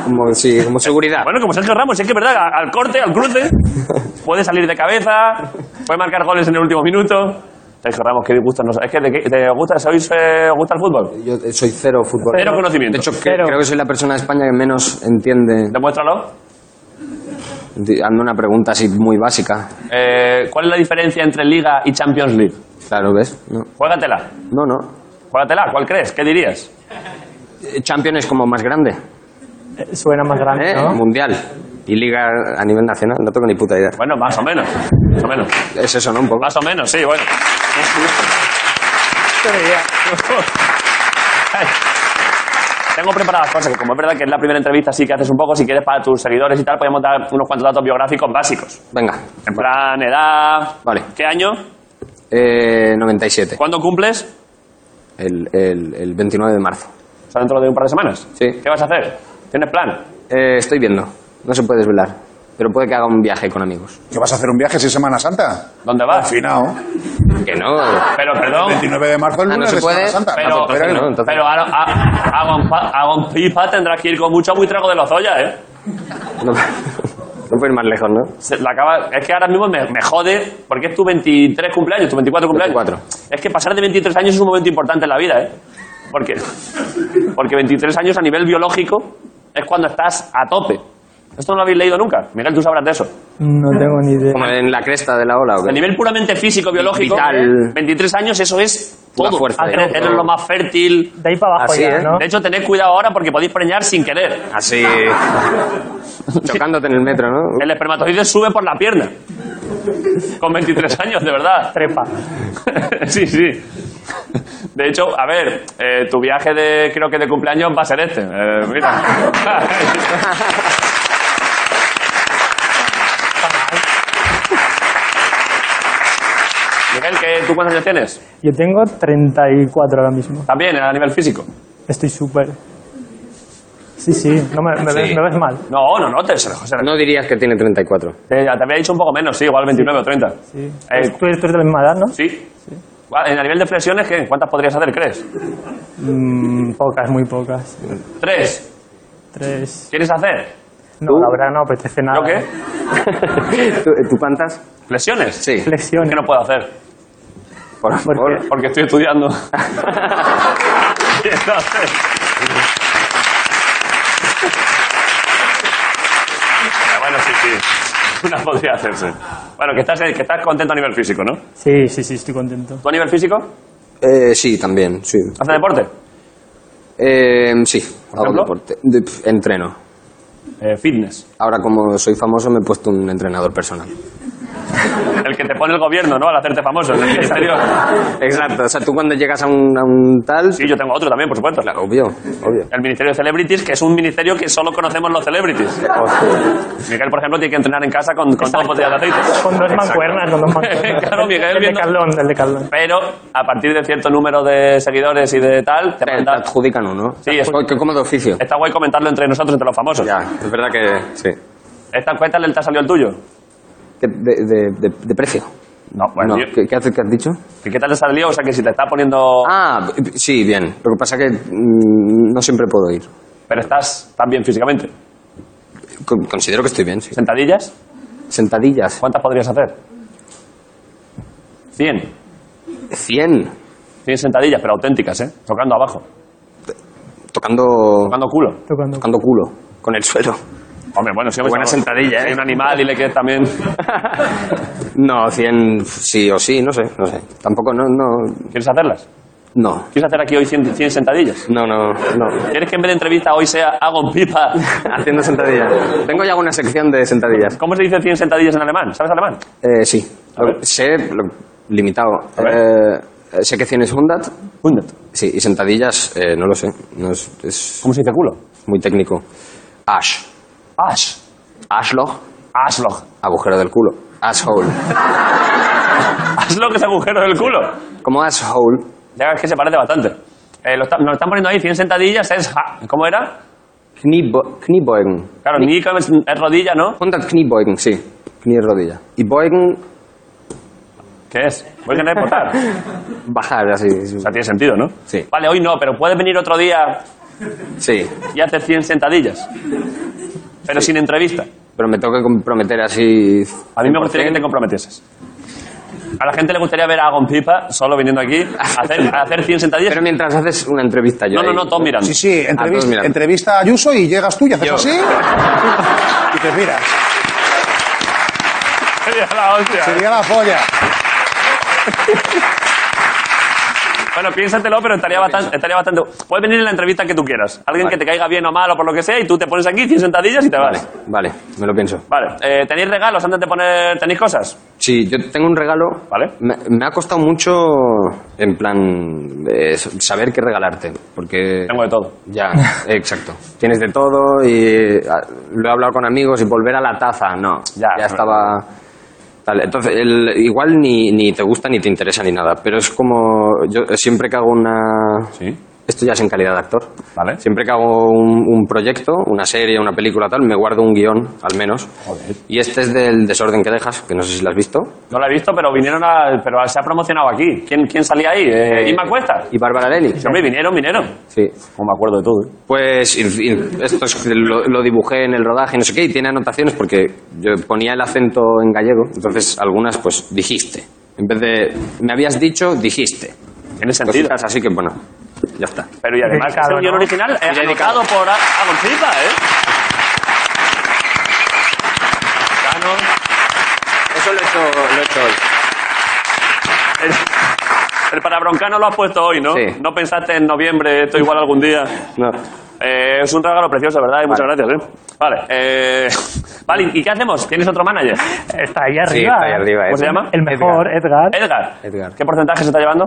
Speaker 12: como, sí, como seguridad.
Speaker 1: Bueno, como Sergio Ramos, es que es verdad, a- al corte, al cruce, puede salir de cabeza, puede marcar goles en el último minuto. Sergio Ramos, qué disgusto nos... Es que de qué- te gusta, ¿sabéis, eh, os gusta el fútbol?
Speaker 12: Yo eh, soy cero fútbol.
Speaker 1: Cero conocimiento.
Speaker 12: De hecho, que-
Speaker 11: Cero.
Speaker 12: creo que soy la persona de España que menos entiende.
Speaker 1: Demuéstralo.
Speaker 12: Di- Hazme una pregunta así muy básica.
Speaker 1: Eh, ¿Cuál es la diferencia entre Liga y Champions League?
Speaker 12: Claro, ¿ves? No,
Speaker 1: Juégatela.
Speaker 12: no. no.
Speaker 1: Juégatela, ¿cuál crees? ¿Qué dirías?
Speaker 12: Eh, Champions es como más grande,
Speaker 11: Eh, Suena más grande,
Speaker 12: ¿eh?
Speaker 11: ¿no?
Speaker 12: Mundial. Y liga a nivel nacional, no tengo ni puta idea.
Speaker 1: Bueno, más o menos. Más o menos.
Speaker 12: Es eso, ¿no? Un poco.
Speaker 1: Más o menos, sí, bueno. Ay. Tengo preparadas cosas, que como es verdad que es la primera entrevista, sí que haces un poco, si quieres para tus seguidores y tal, podemos dar unos cuantos datos biográficos básicos.
Speaker 12: Venga.
Speaker 1: En plan, edad,
Speaker 12: Vale.
Speaker 1: qué año,
Speaker 12: Eh, 97.
Speaker 1: cuándo cumples,
Speaker 12: El, el, el 29 de marzo.
Speaker 1: o sea, dentro de un par de semanas.
Speaker 12: Sí.
Speaker 1: ¿Qué vas a hacer? ¿Tienes plan?
Speaker 12: Eh, estoy viendo. No se puede desvelar.
Speaker 6: Pero puede que haga un viaje con amigos.
Speaker 5: ¿Qué vas a hacer un viaje si es Semana Santa?
Speaker 1: ¿Dónde vas?
Speaker 5: Finao.
Speaker 6: Que no.
Speaker 1: Pero, perdón.
Speaker 5: El 29 de marzo el
Speaker 6: Ah, pues
Speaker 5: lunes
Speaker 6: no se
Speaker 5: de
Speaker 6: puede,
Speaker 5: Semana Santa.
Speaker 1: Pero,
Speaker 5: espera,
Speaker 1: pero,
Speaker 5: el-
Speaker 1: pero ah, Aaron- A- Aaron Pa- Aaron Pipa tendrá que ir con mucho muy trago de los ollas, ¿eh?
Speaker 6: No, no puede ir más lejos, ¿no?
Speaker 1: Se- la acaba- es que ahora mismo me, me jode porque es tu 23 cumpleaños, tu 24 cumpleaños. Es que pasar de 23 años es un momento importante en la vida, ¿eh? Porque, porque 23 años a nivel biológico es cuando estás a tope. Esto no lo habéis leído nunca. Miguel, tú sabrás de eso.
Speaker 2: No tengo ni idea.
Speaker 6: Como en la cresta de la ola. ¿o qué?
Speaker 1: A nivel puramente físico, biológico,
Speaker 6: Vital.
Speaker 1: 23 años, eso es
Speaker 6: La
Speaker 1: todo.
Speaker 6: fuerza,
Speaker 1: eres,
Speaker 6: ¿eh?
Speaker 1: eres lo más fértil.
Speaker 2: De ahí para
Speaker 6: abajo Así, ya, ¿eh? ¿no?
Speaker 1: De hecho, tened cuidado ahora porque podéis preñar sin querer.
Speaker 6: Así. Chocándote en el metro, ¿no?
Speaker 1: El espermatozoide sube por la pierna. Con 23 años, de verdad.
Speaker 2: Trepa.
Speaker 1: sí, sí. De hecho, a ver, eh, tu viaje de creo que de cumpleaños va a ser este. Eh, mira. Miguel, ¿qué, ¿tú cuántos años tienes?
Speaker 2: Yo tengo 34 ahora mismo.
Speaker 1: También a nivel físico.
Speaker 2: Estoy súper. Sí, sí, no me, me Ves,
Speaker 6: Sí.
Speaker 2: me ves mal.
Speaker 1: No, no, no, te, se- se-
Speaker 6: No dirías que tiene 34.
Speaker 1: te, Eh, ya te había dicho un poco menos, sí, igual 29 o 30.
Speaker 2: Sí.
Speaker 1: Eh,
Speaker 2: Tú eres, tú eres de la misma edad, ¿no?
Speaker 1: sí. Guau, En a nivel de flexiones, ¿qué? ¿Cuántas podrías hacer, crees?
Speaker 2: Mm, pocas, muy pocas.
Speaker 1: ¿Tres?
Speaker 2: Tres.
Speaker 1: ¿Quieres hacer?
Speaker 2: No, la verdad no apetece nada.
Speaker 1: ¿Yo qué?
Speaker 6: ¿Tú, tú cuántas?
Speaker 1: ¿Flexiones?
Speaker 6: Sí.
Speaker 2: Flexiones.
Speaker 1: ¿Qué Pues no puedo hacer?
Speaker 6: Por favor.
Speaker 1: Porque estoy estudiando. Y entonces- Pero bueno, sí, sí. Una podría hacerse. Bueno, que estás, que estás contento a nivel físico, ¿no?
Speaker 2: Sí, sí, sí, estoy contento.
Speaker 1: ¿Tú a nivel físico?
Speaker 6: Eh, sí, también, sí.
Speaker 1: ¿Haces deporte?
Speaker 6: Eh, sí, hago
Speaker 1: ejemplo?
Speaker 6: deporte. De- pf, entreno.
Speaker 1: Eh, fitness.
Speaker 6: Ahora, como soy famoso, me he puesto un entrenador personal.
Speaker 1: El que te pone el gobierno, ¿no? Al hacerte famoso en el ministerio.
Speaker 6: Exacto, o sea, tú cuando llegas a un, a un tal...
Speaker 1: Sí, yo tengo otro también, por supuesto.
Speaker 6: Obvio, obvio.
Speaker 1: El Ministerio de Celebrities, que es un ministerio que solo conocemos los celebrities. Miguel, por ejemplo, tiene que entrenar en casa con, con dos botellas de aceite.
Speaker 2: Con dos
Speaker 1: Exacto.
Speaker 2: mancuernas, con dos mancuernas.
Speaker 1: Claro, Miguel,
Speaker 2: El de
Speaker 1: viendo-
Speaker 2: Carlón, el de Carlón.
Speaker 1: Pero a partir de cierto número de seguidores y de tal, te
Speaker 6: Te, te
Speaker 1: mandan-
Speaker 6: adjudican uno.
Speaker 1: Sí, es-
Speaker 6: Qué cómodo oficio.
Speaker 1: Está guay comentarlo entre nosotros, entre los famosos.
Speaker 6: Ya, es verdad que... Sí.
Speaker 1: ¿Esta cuenta le te ha salido el tuyo?
Speaker 6: ¿Qué- De, de- de- de precio.
Speaker 1: No, bueno,
Speaker 6: No,
Speaker 1: yo-
Speaker 6: ¿Qué, qué hace- qué has dicho?
Speaker 1: ¿que ¿qué tal te salió? O sea, que si te está poniendo...
Speaker 6: Ah, b- sí, bien. Lo que pasa es que mm, no siempre puedo ir.
Speaker 1: Pero estás tan bien físicamente.
Speaker 6: Con- Considero que estoy bien, sí.
Speaker 1: ¿Sentadillas?
Speaker 6: Sentadillas.
Speaker 1: ¿Cuántas podrías hacer? 100.
Speaker 6: 100.
Speaker 1: 100 sentadillas, pero auténticas, ¿eh? Tocando abajo,
Speaker 6: Tocando,
Speaker 1: tocando culo.
Speaker 2: Tocando.
Speaker 6: tocando culo. Con el suelo.
Speaker 1: Hombre, bueno, si
Speaker 6: Buena sentadilla,
Speaker 1: si
Speaker 6: ¿eh?
Speaker 1: un animal y le quieres también...
Speaker 6: No, 100 sí o sí, no sé, no sé. Tampoco, no, no,
Speaker 1: ¿Quieres hacerlas?
Speaker 6: no,
Speaker 1: ¿Quieres hacer aquí hoy 100, 100 sentadillas?
Speaker 6: no, no, no.
Speaker 1: ¿Quieres que en vez de entrevista hoy sea hago pipa?
Speaker 6: Haciendo sentadillas. Tengo ya una sección de sentadillas.
Speaker 1: ¿Cómo se dice 100 sentadillas en alemán? ¿Sabes alemán?
Speaker 6: Eh, sí,
Speaker 1: A ver.
Speaker 6: sé, lo- limitado.
Speaker 1: A
Speaker 6: Eh, sé que 100 es Hundat,
Speaker 1: 100.
Speaker 6: sí, y sentadillas, eh, no lo sé, no es, es
Speaker 1: ¿Cómo se dice culo?
Speaker 6: muy técnico. Ash,
Speaker 1: Ash.
Speaker 6: Ashloch,
Speaker 1: Ashloch.
Speaker 6: agujero del culo, asshole.
Speaker 1: Ashloch es agujero del culo.
Speaker 6: Como asshole,
Speaker 1: Ya es que se parece bastante. Eh, lo está- nos están poniendo ahí 100 sentadillas, es... ha- ¿Cómo era?
Speaker 6: Kniebo- Kniebeugen.
Speaker 1: Claro, ni es, es rodilla, ¿no?
Speaker 6: Hundat Kniebeugen, sí, knie rodilla. Y Beugen,
Speaker 1: ¿Qué es? Voy a tener que portar. O
Speaker 6: bajar, así,
Speaker 1: sea, tiene sentido, ¿no?
Speaker 6: Sí.
Speaker 1: Vale, hoy no, pero puedes venir otro día
Speaker 6: sí.
Speaker 1: y hacer 100 sentadillas. Pero sin entrevista.
Speaker 6: Pero me tengo que comprometer así.
Speaker 1: A mí me gustaría que te comprometieses. A la gente le gustaría ver a Agon Pipa solo viniendo aquí a hacer, a hacer 100 sentadillas.
Speaker 6: Pero mientras haces una entrevista yo.
Speaker 1: No, no,
Speaker 6: ahí-
Speaker 1: no, todos mirando.
Speaker 5: Sí, sí,
Speaker 6: Ah, todos
Speaker 5: entrevista,
Speaker 6: mirando.
Speaker 5: entrevista a Ayuso y llegas tú y haces
Speaker 6: Yo.
Speaker 5: así. y te miras.
Speaker 1: Sería la hostia. ¿eh?
Speaker 5: Sería la polla.
Speaker 1: Bueno, piénsatelo, pero estaría bastante, estaría bastante. Puedes venir en la entrevista que tú quieras. Alguien que te caiga bien o mal o por lo que sea, y tú te pones aquí 100 sentadillas y te
Speaker 6: Vale,
Speaker 1: vas.
Speaker 6: vale, me lo pienso.
Speaker 1: Vale, eh, ¿tenéis regalos antes de poner. ¿Tenéis cosas?
Speaker 6: Sí, yo tengo un regalo.
Speaker 1: Vale.
Speaker 6: Me, me ha costado mucho, en plan, eh, saber qué regalarte. Porque.
Speaker 1: Tengo de todo.
Speaker 6: Ya, exacto. Tienes de todo y ah, lo he hablado con amigos y volver a la taza, no.
Speaker 1: Ya.
Speaker 6: estaba. tal. Entonces, el- igual ni, ni te gusta ni te interesa ni nada, pero es como. Yo siempre que hago una.
Speaker 1: Sí.
Speaker 12: Ah, Esto ya es en calidad de actor. Siempre que hago un, un proyecto, una serie, una película, tal, me guardo un guión, al menos. Y este es del desorden que dejas, que no sé si lo has visto.
Speaker 1: No la he visto, pero vinieron a, pero se ha promocionado aquí. ¿Quién, quién salía ahí? Eh,
Speaker 12: Eh,
Speaker 1: Inma Cuesta.
Speaker 12: Y Bárbara Lely.
Speaker 1: Sí, hombre, vinieron, vinieron.
Speaker 12: Sí. No me acuerdo de todo. Pues in- in- esto es- lo, lo dibujé en el rodaje, no sé qué, y tiene anotaciones porque yo ponía el acento en gallego, entonces algunas pues dijiste. En vez de me habías dicho, dijiste. Tiene sentido. así que bueno, ya está.
Speaker 1: Pero y además, es un guión original eh, anotado por A- Agoncita, ¿eh? Cano.
Speaker 12: Eso lo he hecho, lo he hecho hoy.
Speaker 1: El, el parabroncano lo has puesto hoy, ¿no? No pensaste en noviembre, esto igual algún día.
Speaker 12: No.
Speaker 1: Eh, es un regalo precioso, ¿verdad? Y muchas gracias, ¿eh? Vale. eh, vale, ¿y qué hacemos? ¿Tienes otro manager?
Speaker 11: Está ahí arriba.
Speaker 1: Sí, está ahí arriba, ¿eh? ¿Cómo se llama?
Speaker 11: El mejor, Edgar.
Speaker 1: Edgar. ¿Qué porcentaje se está llevando?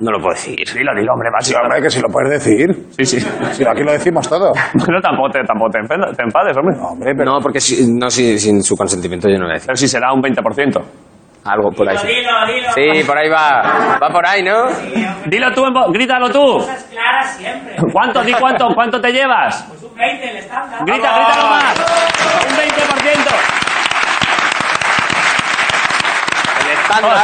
Speaker 12: No lo puedo decir.
Speaker 1: Dilo, dilo, hombre, va.
Speaker 5: Sí, hombre, que si lo puedes decir.
Speaker 1: Sí, sí.
Speaker 5: Si aquí lo decimos todo.
Speaker 1: No, tampoco te, tampoco te, enfada- te enfades, hombre.
Speaker 12: No, porque si- no, si- sin su consentimiento yo no le decía.
Speaker 1: Pero si será un 20%.
Speaker 12: Algo por ahí. sí. Sí, por ahí va. Va por ahí, ¿no?
Speaker 1: Dilo tú, en voz- grítalo tú.
Speaker 13: Clara siempre.
Speaker 1: ¿Cuánto, di cuánto, cuánto te llevas?
Speaker 13: Pues un 20 el estándar.
Speaker 1: Grita, grítalo más. Un 20%.
Speaker 12: El
Speaker 1: estándar.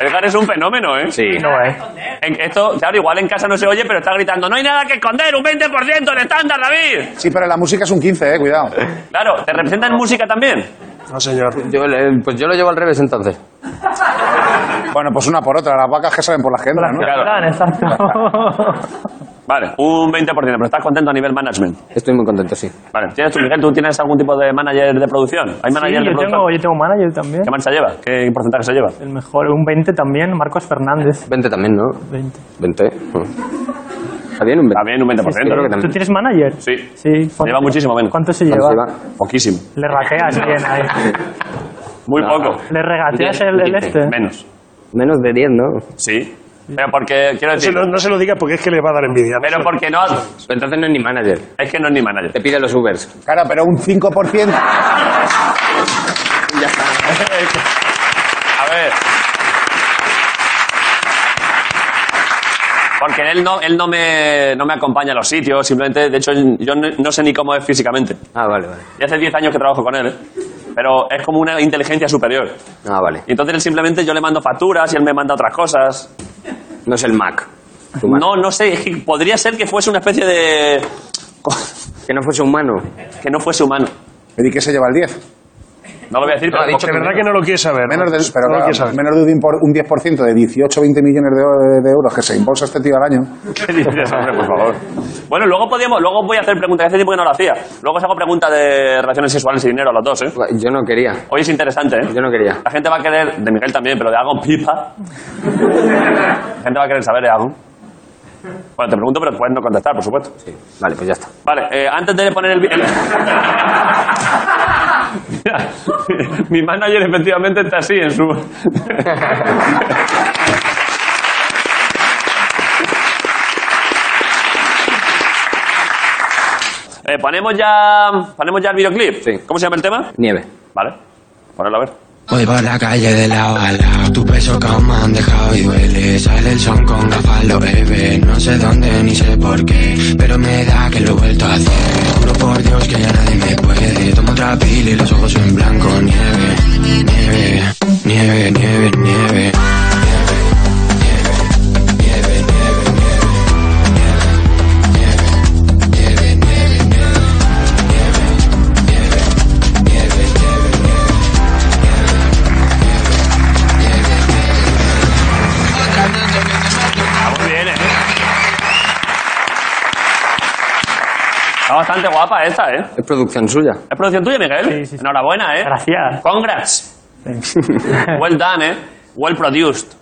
Speaker 1: Edgar es un fenómeno, ¿eh?
Speaker 12: Sí.
Speaker 11: No, ¿eh?
Speaker 1: En- esto, claro, igual en casa no se oye, pero está gritando, no hay nada que esconder, un 20% en estándar, David.
Speaker 5: Sí, pero la música es un 15, eh, cuidado.
Speaker 1: Claro, ¿te representa en música también?
Speaker 12: No, señor. Yo, le- pues yo lo llevo al revés entonces.
Speaker 5: Bueno, pues una por otra, las vacas que salen por la agenda, ¿no?
Speaker 1: Claro. Vale, un 20%, pero estás contento a nivel management.
Speaker 12: Estoy muy contento, sí.
Speaker 1: Vale, ¿tienes tú, Miguel, tú tienes algún tipo de manager de producción? ¿Hay
Speaker 14: Sí,
Speaker 1: manager de
Speaker 14: yo,
Speaker 1: producción?
Speaker 14: tengo, yo tengo manager también.
Speaker 1: ¿Qué marcha lleva? ¿Qué porcentaje se lleva?
Speaker 14: El mejor, un 20 también, Marcos Fernández.
Speaker 12: 20 también, ¿no?
Speaker 14: 20.
Speaker 12: 20. Está bien un 20. Está
Speaker 1: bien un 20%.
Speaker 12: Creo que
Speaker 14: ¿Tú
Speaker 12: también.
Speaker 14: tienes manager?
Speaker 1: Sí.
Speaker 14: Sí. ¿cuánto-
Speaker 1: Lleva muchísimo menos.
Speaker 14: ¿Cuánto se lleva?
Speaker 1: Poquísimo.
Speaker 14: Le raqueas bien ahí.
Speaker 1: Muy poco.
Speaker 14: Le regateas el, el este.
Speaker 1: Menos.
Speaker 12: Menos de 10, ¿no?
Speaker 1: Sí. Pero porque, quiero
Speaker 3: No se,
Speaker 1: decir...
Speaker 3: lo, no se lo digas porque es que le va a dar envidia.
Speaker 1: Pero porque no...
Speaker 12: Entonces no es ni manager.
Speaker 1: Es que no es ni manager.
Speaker 12: Te pide los Ubers.
Speaker 5: Claro, pero un 5%.
Speaker 1: A ver. Porque él no, él no me, no me acompaña a los sitios, simplemente, de hecho, yo no, no sé ni cómo es físicamente.
Speaker 12: Ah, vale, vale.
Speaker 1: Y hace 10 años que trabajo con él, ¿eh? Pero es como una inteligencia superior.
Speaker 12: Ah, vale.
Speaker 1: Y entonces él simplemente yo le mando facturas y él me manda otras cosas.
Speaker 12: No es el Mac. Tu Mac.
Speaker 1: No, no sé, es que podría ser que fuese una especie de...
Speaker 12: Que no fuese humano.
Speaker 1: que no fuese humano.
Speaker 5: ¿Y qué se lleva el 10?
Speaker 1: No lo voy a decir,
Speaker 3: No, ha
Speaker 1: pero...
Speaker 3: dicho de verdad que no lo quieres saber.
Speaker 5: Menos de,
Speaker 3: No
Speaker 5: pero
Speaker 3: lo
Speaker 5: claro,
Speaker 3: quieres saber.
Speaker 5: menos de un, impor- un 10% de 18 20 millones de, de euros que se impulsa este tío al año.
Speaker 1: ¿Qué dices, hombre, por favor? Bueno, luego podíamos, luego voy a hacer preguntas, que hace tiempo que no lo hacía. Luego os hago preguntas de relaciones sexuales y dinero a los dos, ¿eh?
Speaker 12: Pues, Yo no quería.
Speaker 1: Hoy es interesante, ¿eh?
Speaker 12: Yo no quería.
Speaker 1: La gente va a querer, de Miguel también, pero de algo pipa. La gente va a querer saber de algo. Bueno, te pregunto, pero puedes no contestar, por supuesto.
Speaker 12: Vale, pues ya está.
Speaker 1: Vale, eh, antes de poner el... vi- el- Mira, mi manager efectivamente está así en su... Eh, ponemos ya ponemos ya el videoclip. ¿Cómo se llama el tema?
Speaker 12: Nieve.
Speaker 1: Vale. Ponedlo a ver.
Speaker 15: Voy por la calle de la bala, tu peso que aún me han dejado y duele. Sale el son con gafas, lo bebe, no sé dónde ni sé por qué, pero me da que lo he vuelto a hacer. Juro por Dios que ya nadie me puede. Tomo otra pila y los ojos en blanco, nieve, nieve, nieve, nieve, nieve.
Speaker 1: Está muy bien, ¿eh? Está bastante guapa esta, ¿eh?
Speaker 12: Es producción suya.
Speaker 1: ¿Es producción tuya, Miguel? Enhorabuena, ¿eh?
Speaker 14: Gracias.
Speaker 1: Congrats. Well done, ¿eh? Well produced.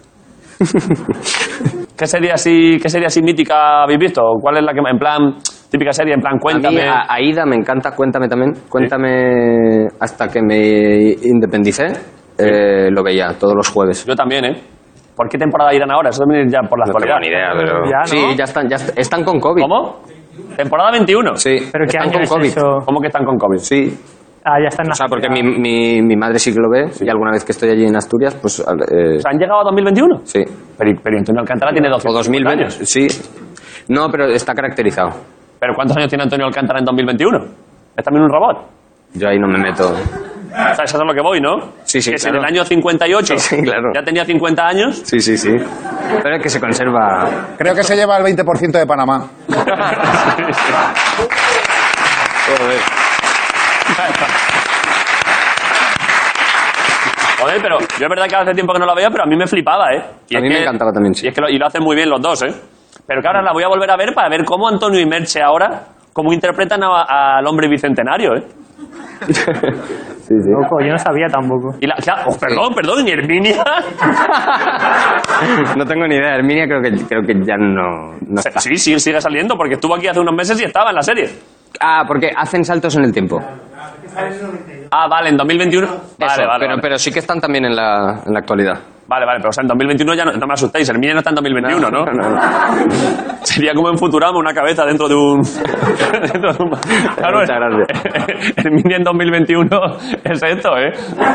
Speaker 1: ¿Qué sería así, qué serie así mítica habéis visto? ¿Cuál es la que, en plan, típica serie, en plan, cuéntame?
Speaker 12: A mí, a- Aida me encanta, cuéntame también. Cuéntame hasta que me independicé. eh, lo veía todos los jueves.
Speaker 1: Yo también, ¿eh? ¿Por qué temporada irán ahora? Eso también es ya por la
Speaker 12: No
Speaker 1: actualidad.
Speaker 12: tengo ni idea, pero.
Speaker 1: Ya, ¿no?
Speaker 12: Sí, ya están, ya est- están con COVID.
Speaker 1: ¿Cómo? ¿Temporada 21?
Speaker 12: Sí.
Speaker 14: ¿Pero qué
Speaker 12: están
Speaker 14: año
Speaker 12: con
Speaker 14: es
Speaker 12: COVID.
Speaker 14: eso?
Speaker 1: ¿Cómo que están con COVID?
Speaker 12: Sí.
Speaker 11: Ah, ya está en
Speaker 12: O sea, porque mi, mi- mi madre sí que lo ve y alguna vez que estoy allí en Asturias, pues... eh,
Speaker 1: O sea, ¿han llegado a 2021?
Speaker 12: sí.
Speaker 1: Pero, pero Antonio Alcántara tiene 12
Speaker 12: O 2020.
Speaker 1: años.
Speaker 12: Sí. No, pero está caracterizado.
Speaker 1: ¿Pero cuántos años tiene Antonio Alcántara en 2021? ¿Es también un robot?
Speaker 12: Yo ahí no me meto.
Speaker 1: O sea, eso es a lo que voy, ¿no?
Speaker 12: Sí, sí,
Speaker 1: Que si en el
Speaker 12: claro.
Speaker 1: año 58
Speaker 12: claro.
Speaker 1: ya tenía 50 años...
Speaker 12: Sí, sí, sí. Pero es que se conserva...
Speaker 5: Creo que se lleva el 20% de Panamá.
Speaker 12: Joder.
Speaker 1: Joder, pero yo es verdad que hace tiempo que no la veo, pero a mí me flipaba, ¿eh? Y
Speaker 12: A
Speaker 1: es
Speaker 12: mí me
Speaker 1: que-
Speaker 12: encantaba también, sí.
Speaker 1: Y, es que lo, y lo hacen muy bien los dos, ¿eh? Pero que ahora la voy a volver a ver para ver cómo Antonio y Merche ahora, cómo interpretan a- al hombre bicentenario, ¿eh?
Speaker 12: Sí, sí.
Speaker 11: Loco, yo no sabía tampoco.
Speaker 1: Y la, claro, oh, perdón, perdón, y Herminia.
Speaker 12: No tengo ni idea. Herminia creo que, creo que ya no, no está.
Speaker 1: Sí, sí, sigue saliendo porque estuvo aquí hace unos meses y estaba en la serie.
Speaker 12: Ah, porque hacen saltos en el tiempo.
Speaker 1: Ah, vale, en 2021. Vale,
Speaker 12: Eso,
Speaker 1: vale,
Speaker 12: pero,
Speaker 1: vale.
Speaker 12: pero sí que están también en la, en la actualidad.
Speaker 1: Vale, vale, pero o sea, en 2021 ya no, no me asustéis, Herminia no está en 2021, ¿no?
Speaker 12: No, no,
Speaker 1: Sería como en Futurama una cabeza dentro de un... dentro de un- Claro,
Speaker 12: Muchas gracias.
Speaker 1: Herminia en 2021 es esto, ¿eh?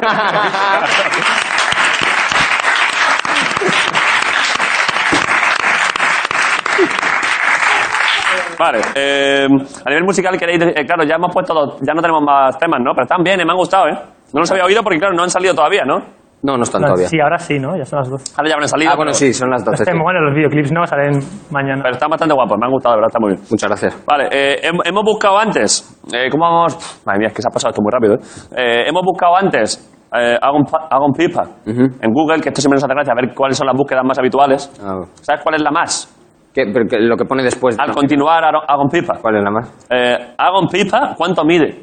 Speaker 1: Vale, eh, a nivel musical queréis, eh, claro, ya hemos puesto dos, ya no tenemos más temas, ¿no? Pero están bien, eh, me han gustado, ¿eh? No los había oído porque, claro, no han salido todavía, ¿no?
Speaker 12: No, no están
Speaker 11: No,
Speaker 12: todavía.
Speaker 11: sí, ahora sí, ¿no? Ya son las 12.
Speaker 1: Ahora ya habrán salido.
Speaker 12: Ah, bueno,
Speaker 1: pero-
Speaker 12: sí, son las 12.
Speaker 11: Los
Speaker 12: sí.
Speaker 14: Este,
Speaker 11: temas, bueno, los videoclips no salen mañana.
Speaker 1: Pero están bastante guapos, me han gustado, de verdad, está muy bien.
Speaker 12: Muchas gracias.
Speaker 1: Vale, eh, hem- hemos buscado antes. eh, ¿Cómo vamos? Pff, Madre mía, es que se ha pasado esto muy rápido. ¿eh? Eh, hemos buscado antes. Eh, hago, un pa- hago un pipa en Google, que esto siempre nos hace gracia, a ver cuáles son las búsquedas más habituales.
Speaker 12: Ah,
Speaker 1: ¿Sabes cuál es la más?
Speaker 12: ¿qué- pero qué- lo que pone después.
Speaker 1: Al
Speaker 12: no.
Speaker 1: continuar, hago hago un pipa.
Speaker 12: ¿Cuál es la más?
Speaker 1: Eh, hago un pipa, ¿cuánto mide?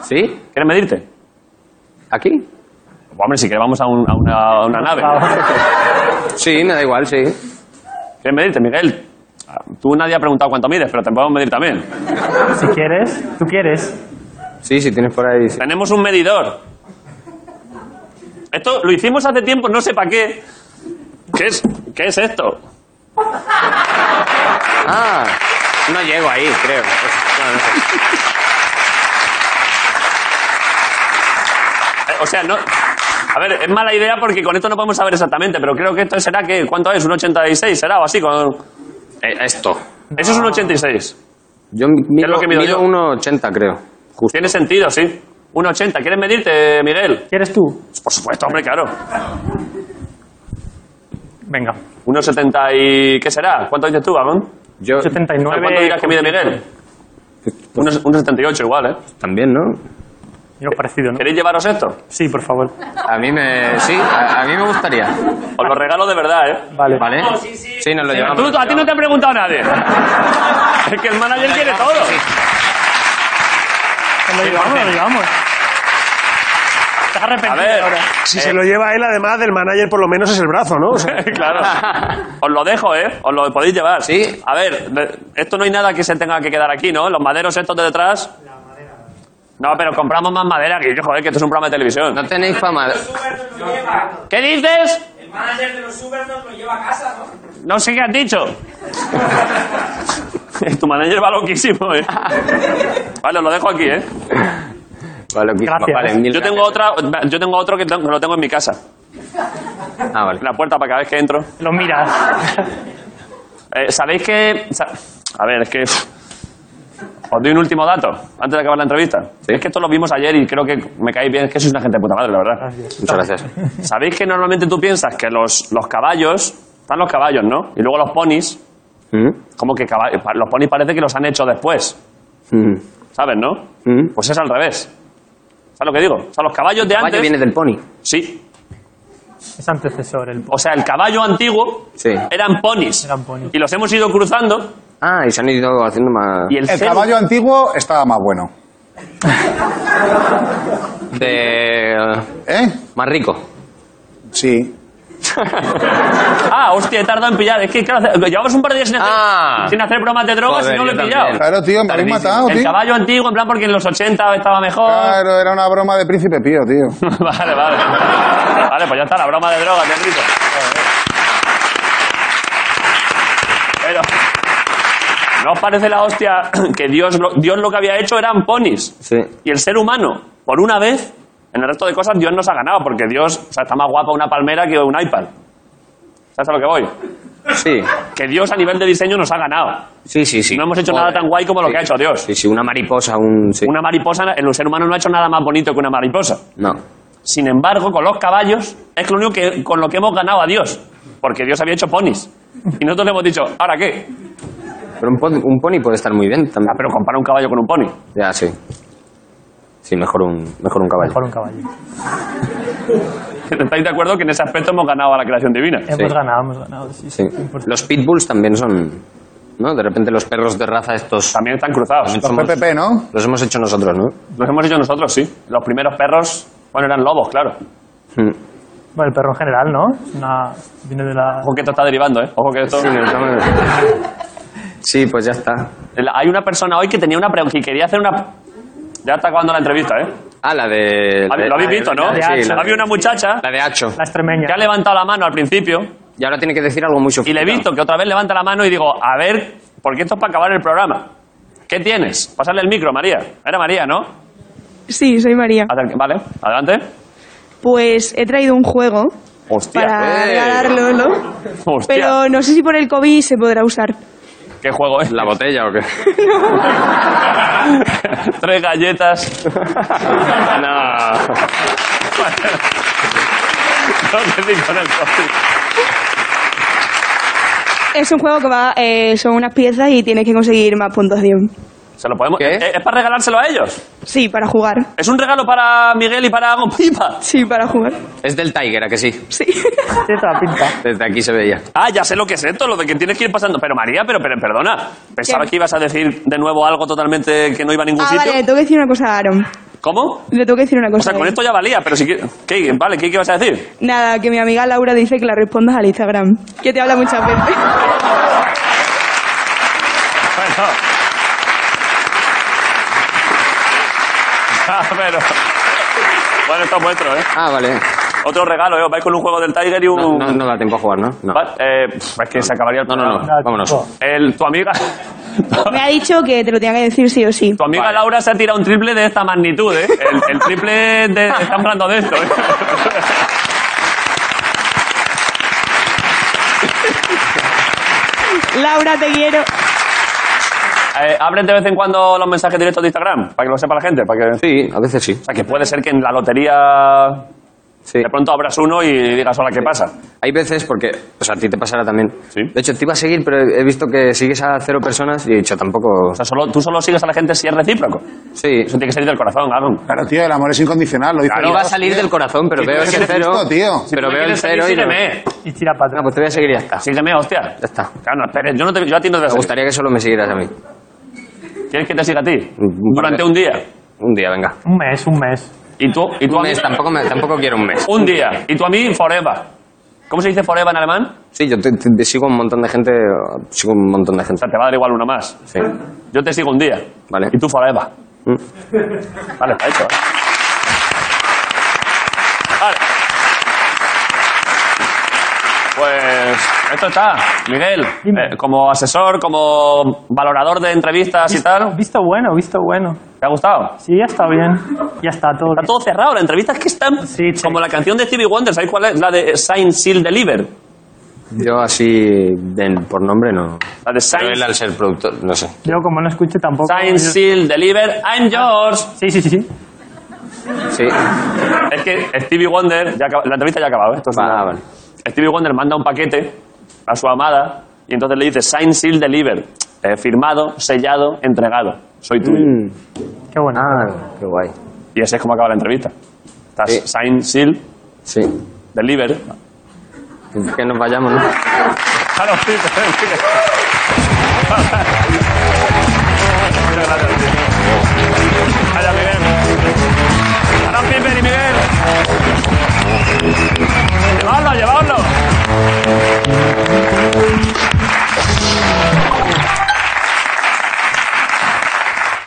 Speaker 12: ¿Sí?
Speaker 1: ¿Quieres medirte?
Speaker 12: ¿Aquí?
Speaker 1: Pues, hombre, si quieres, vamos a, un- a una, a una nave.
Speaker 12: Sí, me da igual, sí.
Speaker 1: ¿Quieres medirte, Miguel? Ah, Tú nadie ha preguntado cuánto mides, pero te podemos medir también.
Speaker 11: Si quieres, tú quieres.
Speaker 12: Sí, sí, tienes por ahí. sí.
Speaker 1: Tenemos un medidor. Esto lo hicimos hace tiempo, no sé para qué. ¿Qué es, ¿Qué es esto?
Speaker 12: Ah, no llego ahí, creo. No, no sé.
Speaker 1: Eh, O sea, no. A ver, es mala idea porque con esto no podemos saber exactamente, pero creo que esto será que. ¿Cuánto es? ¿Un 86? ¿Será o así? Con...
Speaker 12: Eh, esto.
Speaker 1: Eso es un 86.
Speaker 12: Yo mido,
Speaker 1: lo que mido yo?
Speaker 12: mido 1,80, creo. Justo.
Speaker 1: Tiene sentido, sí. Un 80. ¿Quieres medirte, Miguel?
Speaker 11: ¿Quieres tú?
Speaker 1: Por supuesto, hombre, claro.
Speaker 11: Venga.
Speaker 1: Unos 70 y. ¿Qué será? ¿Cuánto dices tú, Gabón?
Speaker 12: Yo
Speaker 1: ¿Cuánto
Speaker 11: 79.
Speaker 1: dirás que mide Miguel? Unos, unos 78 igual, ¿eh?
Speaker 12: también, ¿no?
Speaker 11: Yo parecido, ¿no?
Speaker 1: ¿Queréis llevaros esto?
Speaker 11: Sí, por favor.
Speaker 12: A mí me. Sí, a, a mí me gustaría.
Speaker 1: Os lo regalo de verdad, ¿eh?
Speaker 11: Vale.
Speaker 12: ¿Vale?
Speaker 13: No, sí, sí.
Speaker 12: nos lo
Speaker 1: Pero
Speaker 12: llevamos.
Speaker 1: tú- a ti no te ha preguntado nadie. Es que el manager quiere todo.
Speaker 12: Sí,
Speaker 11: Lo llevamos, lo llevamos. Estás
Speaker 1: A
Speaker 11: arrepentido
Speaker 1: ver,
Speaker 11: ahora.
Speaker 3: Si
Speaker 1: eh,
Speaker 3: se lo lleva él, además del manager, por lo menos es el brazo, ¿no? O sea,
Speaker 1: claro. Os lo dejo, ¿eh? Os lo podéis llevar.
Speaker 12: Sí.
Speaker 1: A ver, de- esto no hay nada que se tenga que quedar aquí, ¿no? Los maderos estos de detrás. No, pero compramos más madera que yo, joder, que esto es un programa de televisión.
Speaker 12: No tenéis fama.
Speaker 13: Uber nos lo lleva.
Speaker 1: ¿Qué dices?
Speaker 13: El manager de los Uber nos lo lleva a casa, ¿no?
Speaker 1: No sé qué has dicho. tu manager va loquísimo, ¿eh? Vale, os lo dejo aquí, ¿eh?
Speaker 12: Vale, ok.
Speaker 11: Gracias.
Speaker 12: Vale, mil
Speaker 1: Yo tengo,
Speaker 12: gracias.
Speaker 1: otra, yo tengo otro que tengo- que lo tengo en mi casa.
Speaker 12: Ah, vale.
Speaker 1: En la puerta para cada vez que entro.
Speaker 11: Lo miras.
Speaker 1: Eh, ¿Sabéis que.? sa- A ver, es que. pff, Os doy un último dato, antes de acabar la entrevista.
Speaker 12: Sí.
Speaker 1: Es que esto lo vimos ayer y creo que me caí bien, es que sois una gente de puta madre, la verdad.
Speaker 12: Muchas gracias.
Speaker 1: ¿Sabéis que normalmente tú piensas que los, los caballos. Están los caballos, ¿no? Y luego los ponis.
Speaker 12: Mm,
Speaker 1: Como que caba- pa- los ponis parece que los han hecho después.
Speaker 12: mm,
Speaker 1: ¿Sabes, no?
Speaker 12: mm.
Speaker 1: Pues es al revés. ¿Sabes lo que digo? O sea, los caballos de
Speaker 12: Caballo
Speaker 1: antes.
Speaker 12: viene del pony.
Speaker 1: Sí.
Speaker 11: Es antecesor el
Speaker 1: O sea, el caballo antiguo
Speaker 12: Sí.
Speaker 1: eran ponis.
Speaker 11: Eran ponis.
Speaker 1: Y los hemos ido cruzando.
Speaker 12: Ah, y se han ido haciendo más.
Speaker 1: Y el,
Speaker 5: El
Speaker 1: ser-
Speaker 5: caballo antiguo estaba más bueno.
Speaker 12: De. eh,
Speaker 5: ¿Eh?
Speaker 12: Más rico.
Speaker 5: Sí.
Speaker 1: Ah, hostia, he tardado en pillar. Es que, claro, hace- llevamos un par de días sin hacer,
Speaker 12: Ah.
Speaker 1: sin hacer bromas de drogas
Speaker 12: Joder,
Speaker 1: y no lo he
Speaker 12: yo
Speaker 1: pillado.
Speaker 12: también.
Speaker 5: Claro, tío, me habéis
Speaker 12: Tardísimo.
Speaker 11: Ah,
Speaker 5: matado,
Speaker 1: El
Speaker 5: tío.
Speaker 1: caballo antiguo, en plan, porque en los 80 estaba mejor.
Speaker 5: Claro, era una broma de Príncipe Pío, tío.
Speaker 1: vale, vale. Vale, pues ya está, la broma de drogas, te grito. Pero... ¿No os parece la hostia que Dios lo, Dios lo que había hecho eran ponis?
Speaker 12: Sí.
Speaker 1: Y el ser humano, por una vez, en el resto de cosas, Dios nos ha ganado, porque Dios o sea, está más guapa una palmera que un iPad. ¿Sabes a lo que voy?
Speaker 12: Sí.
Speaker 1: Que Dios a nivel de diseño nos ha ganado.
Speaker 12: Sí, sí, sí.
Speaker 1: No hemos hecho nada tan guay como lo que ha hecho Dios.
Speaker 12: Sí, sí, una mariposa, un... sí.
Speaker 1: Una mariposa, el ser humano no ha hecho nada más bonito que una mariposa.
Speaker 12: No.
Speaker 1: Sin embargo, con los caballos es lo único que, con lo que hemos ganado a Dios. Porque Dios había hecho ponis. Y nosotros le hemos dicho, ¿ahora qué? Ah,
Speaker 12: Pero un, pon- un pony puede estar muy bien también.
Speaker 1: pero compara un caballo con un pony.
Speaker 12: Ya, sí. Sí, mejor un, mejor un caballo.
Speaker 14: Por un caballo.
Speaker 1: ¿Estáis de acuerdo que en ese aspecto hemos ganado a la creación divina?
Speaker 14: Hemos ganado, hemos ganado. Sí, sí.
Speaker 12: Sí. Los pitbulls también son... ¿No? De repente los perros de raza estos...
Speaker 1: También están cruzados.
Speaker 5: Los PPP, ¿no?
Speaker 12: Los hemos hecho nosotros, ¿no?
Speaker 1: Los hemos hecho nosotros, sí. Los primeros perros, bueno, eran lobos, claro.
Speaker 12: Mm.
Speaker 14: Bueno, el perro en general, ¿no? Es una... Viene de la...
Speaker 1: Ojo que esto está derivando, ¿eh? Ojo que esto...
Speaker 12: Sí, estamos- Sí, pues ya está.
Speaker 1: La- Hay una persona hoy que tenía una pregunta y quería hacer una... Ya está acabando la entrevista, ¿eh?
Speaker 12: Ah, la de...
Speaker 1: Hab- Lo habéis visto, ¿no?
Speaker 12: La de, sí, la
Speaker 1: Había
Speaker 12: de,
Speaker 1: una muchacha
Speaker 12: la de Hacho.
Speaker 14: La extremeña.
Speaker 1: que ha levantado la mano al principio
Speaker 12: Y ahora tiene que decir algo muy
Speaker 1: y le
Speaker 12: sofisticado.
Speaker 1: he visto que otra vez levanta la mano y digo, a ver, porque esto es para acabar el programa. ¿Qué tienes? Pásale el micro, María. Era María, ¿no?
Speaker 4: Sí, soy María.
Speaker 1: Acer- Vale, adelante.
Speaker 4: Pues he traído un juego
Speaker 1: Hostia.
Speaker 4: para
Speaker 1: eh.
Speaker 4: regalarlo, ¿no?
Speaker 1: Hostia.
Speaker 4: Pero no sé si por el COVID se podrá usar.
Speaker 1: ¿Qué juego ¿eh? es?
Speaker 12: ¿La botella o qué?
Speaker 1: Tres galletas.
Speaker 12: no.
Speaker 1: No te digo en el COVID.
Speaker 4: Es un juego que va, eh, son unas piezas y tienes que conseguir más puntuación.
Speaker 1: Se lo podemos.
Speaker 12: ¿Qué?
Speaker 1: ¿Es, es para regalárselo a ellos.
Speaker 4: Sí, para jugar.
Speaker 1: Es un regalo para Miguel y para Gompipa.
Speaker 4: Sí, para jugar.
Speaker 12: Es del Tiger, ¿a que sí?
Speaker 4: Sí. Ah,
Speaker 14: Tiene toda la pinta.
Speaker 12: Desde aquí se veía.
Speaker 1: Ah, ya sé lo que es esto, lo de que tienes que ir pasando. Pero María, pero, pero perdona. Pensaba
Speaker 4: ¿Qué?
Speaker 1: que ibas a decir de nuevo algo totalmente que no iba a ningún
Speaker 4: Ah,
Speaker 1: sitio.
Speaker 4: vale, le tengo que decir una cosa a Aaron.
Speaker 1: ¿Cómo?
Speaker 4: Le tengo que decir una
Speaker 1: O
Speaker 4: cosa.
Speaker 1: sea,
Speaker 4: a
Speaker 1: con
Speaker 4: él.
Speaker 1: esto ya valía, pero si quieres. ¿Qué? Vale, ¿qué, qué ibas a decir?
Speaker 4: Nada, que mi amiga Laura dice que la respondas al Instagram. Que te habla muchas veces.
Speaker 1: Bueno. Ah, pero. Bueno, esto es vuestro, ¿eh?
Speaker 12: Ah, vale.
Speaker 1: Otro regalo, ¿eh? Os Vais con un juego del Tiger y un.
Speaker 12: No, no- no da tiempo a jugar, ¿no? No,
Speaker 1: Va- eh, pf, es que se acabaría el
Speaker 12: no, no. no.
Speaker 1: programa.
Speaker 12: Vámonos.
Speaker 1: El- tu amiga.
Speaker 4: Me ha dicho que te lo tenía que decir sí o sí.
Speaker 1: Tu amiga Laura se ha tirado un triple de esta magnitud, ¿eh? El, el triple de... Está hablando de esto, ¿eh?
Speaker 4: Laura, te quiero.
Speaker 1: Eh, Abren de vez en cuando los mensajes directos de Instagram, para que lo sepa la gente. Para que... O
Speaker 12: Sí, a veces sí.
Speaker 1: sea, que puede ser que en la lotería
Speaker 12: Sí.
Speaker 1: de pronto abras uno y digas, hola, ¿qué pasa?
Speaker 12: Hay veces porque, o sea, a ti te pasará también.
Speaker 1: Sí.
Speaker 12: De hecho, te iba a seguir, pero he visto que sigues a cero personas y he dicho, tampoco.
Speaker 1: O sea, solo, tú solo sigues a la gente si es recíproco.
Speaker 12: Sí.
Speaker 1: Eso tiene que salir del corazón, Aaron.
Speaker 5: Claro, tío, el amor es incondicional. Lo dice
Speaker 12: Iba a
Speaker 5: Dios,
Speaker 12: salir
Speaker 5: tío.
Speaker 12: del corazón, pero
Speaker 5: Si
Speaker 12: veo
Speaker 5: tú
Speaker 12: ese
Speaker 5: eres
Speaker 12: cero.
Speaker 5: Cristo, tío.
Speaker 1: Si
Speaker 12: Pero
Speaker 1: tú me
Speaker 12: veo
Speaker 1: quieres
Speaker 12: el
Speaker 1: seguir,
Speaker 12: cero y. no-
Speaker 1: sígueme.
Speaker 14: Y tira para
Speaker 12: Ah,
Speaker 14: atrás.
Speaker 12: pues te voy a seguir y ya está.
Speaker 1: Sígueme, hostia.
Speaker 12: Ya está.
Speaker 1: Claro, no, espera, yo, no te, yo a ti no te voy a
Speaker 12: Me
Speaker 1: seguir.
Speaker 12: gustaría que solo me siguieras a mí.
Speaker 1: Tienes que te siga a ti.
Speaker 12: Mm,
Speaker 1: Durante
Speaker 12: vale.
Speaker 1: un día.
Speaker 12: Un día, venga.
Speaker 14: Un mes, un mes.
Speaker 1: Y tú, y tú
Speaker 12: Un
Speaker 1: a mí-
Speaker 12: mes, tampoco, me- tampoco quiero un mes.
Speaker 1: Un día. Y tú a mí, forever. ¿Cómo se dice forever en alemán? O
Speaker 12: Sí, yo te, te- te sigo un montón de gente. Sigo un montón de gente.
Speaker 1: sea, te va a dar igual uno más.
Speaker 12: Sí.
Speaker 1: Yo te sigo un día.
Speaker 12: Vale.
Speaker 1: Y tú forever.
Speaker 12: Mm.
Speaker 1: Vale, está hecho. ¿eh? Vale. Pues esto está, Miguel,
Speaker 14: Dime.
Speaker 1: eh, como asesor, como valorador de entrevistas y tal,
Speaker 14: Visto bueno, visto bueno.
Speaker 1: ¿te ha gustado?
Speaker 14: Sí, ya está bien. Ya está todo.
Speaker 1: Está todo cerrado, la entrevista es que están
Speaker 14: Sí, sí.
Speaker 1: como la canción de Stevie Wonder, ¿sabéis cuál es? La de Sign Seal Deliver.
Speaker 12: Yo así, de- por nombre, no.
Speaker 1: La de
Speaker 12: Pero
Speaker 1: Sign,
Speaker 12: él al ser productor, no sé.
Speaker 14: Yo como no escuché tampoco...
Speaker 1: Sign,
Speaker 14: sí.
Speaker 1: Seal Deliver, I'm yours.
Speaker 14: sí, sí, sí.
Speaker 12: Sí.
Speaker 1: Es que Stevie Wonder, ya acaba- la entrevista ya ha acabado, ¿eh? Esto es
Speaker 12: Va,
Speaker 1: una-
Speaker 12: vale.
Speaker 1: Stevie Wonder manda un paquete a su amada y entonces le dice sign, seal, deliver. Eh, firmado, sellado, entregado. Soy tuyo.
Speaker 12: Mm.
Speaker 14: Qué bueno.
Speaker 12: Ah, qué guay.
Speaker 1: Y así es como acaba la entrevista. Estás
Speaker 12: Sí.
Speaker 1: sign, seal,
Speaker 12: Sí.
Speaker 1: deliver. pues,
Speaker 12: Que nos vayamos, ¿no?
Speaker 1: Claro, sí, te-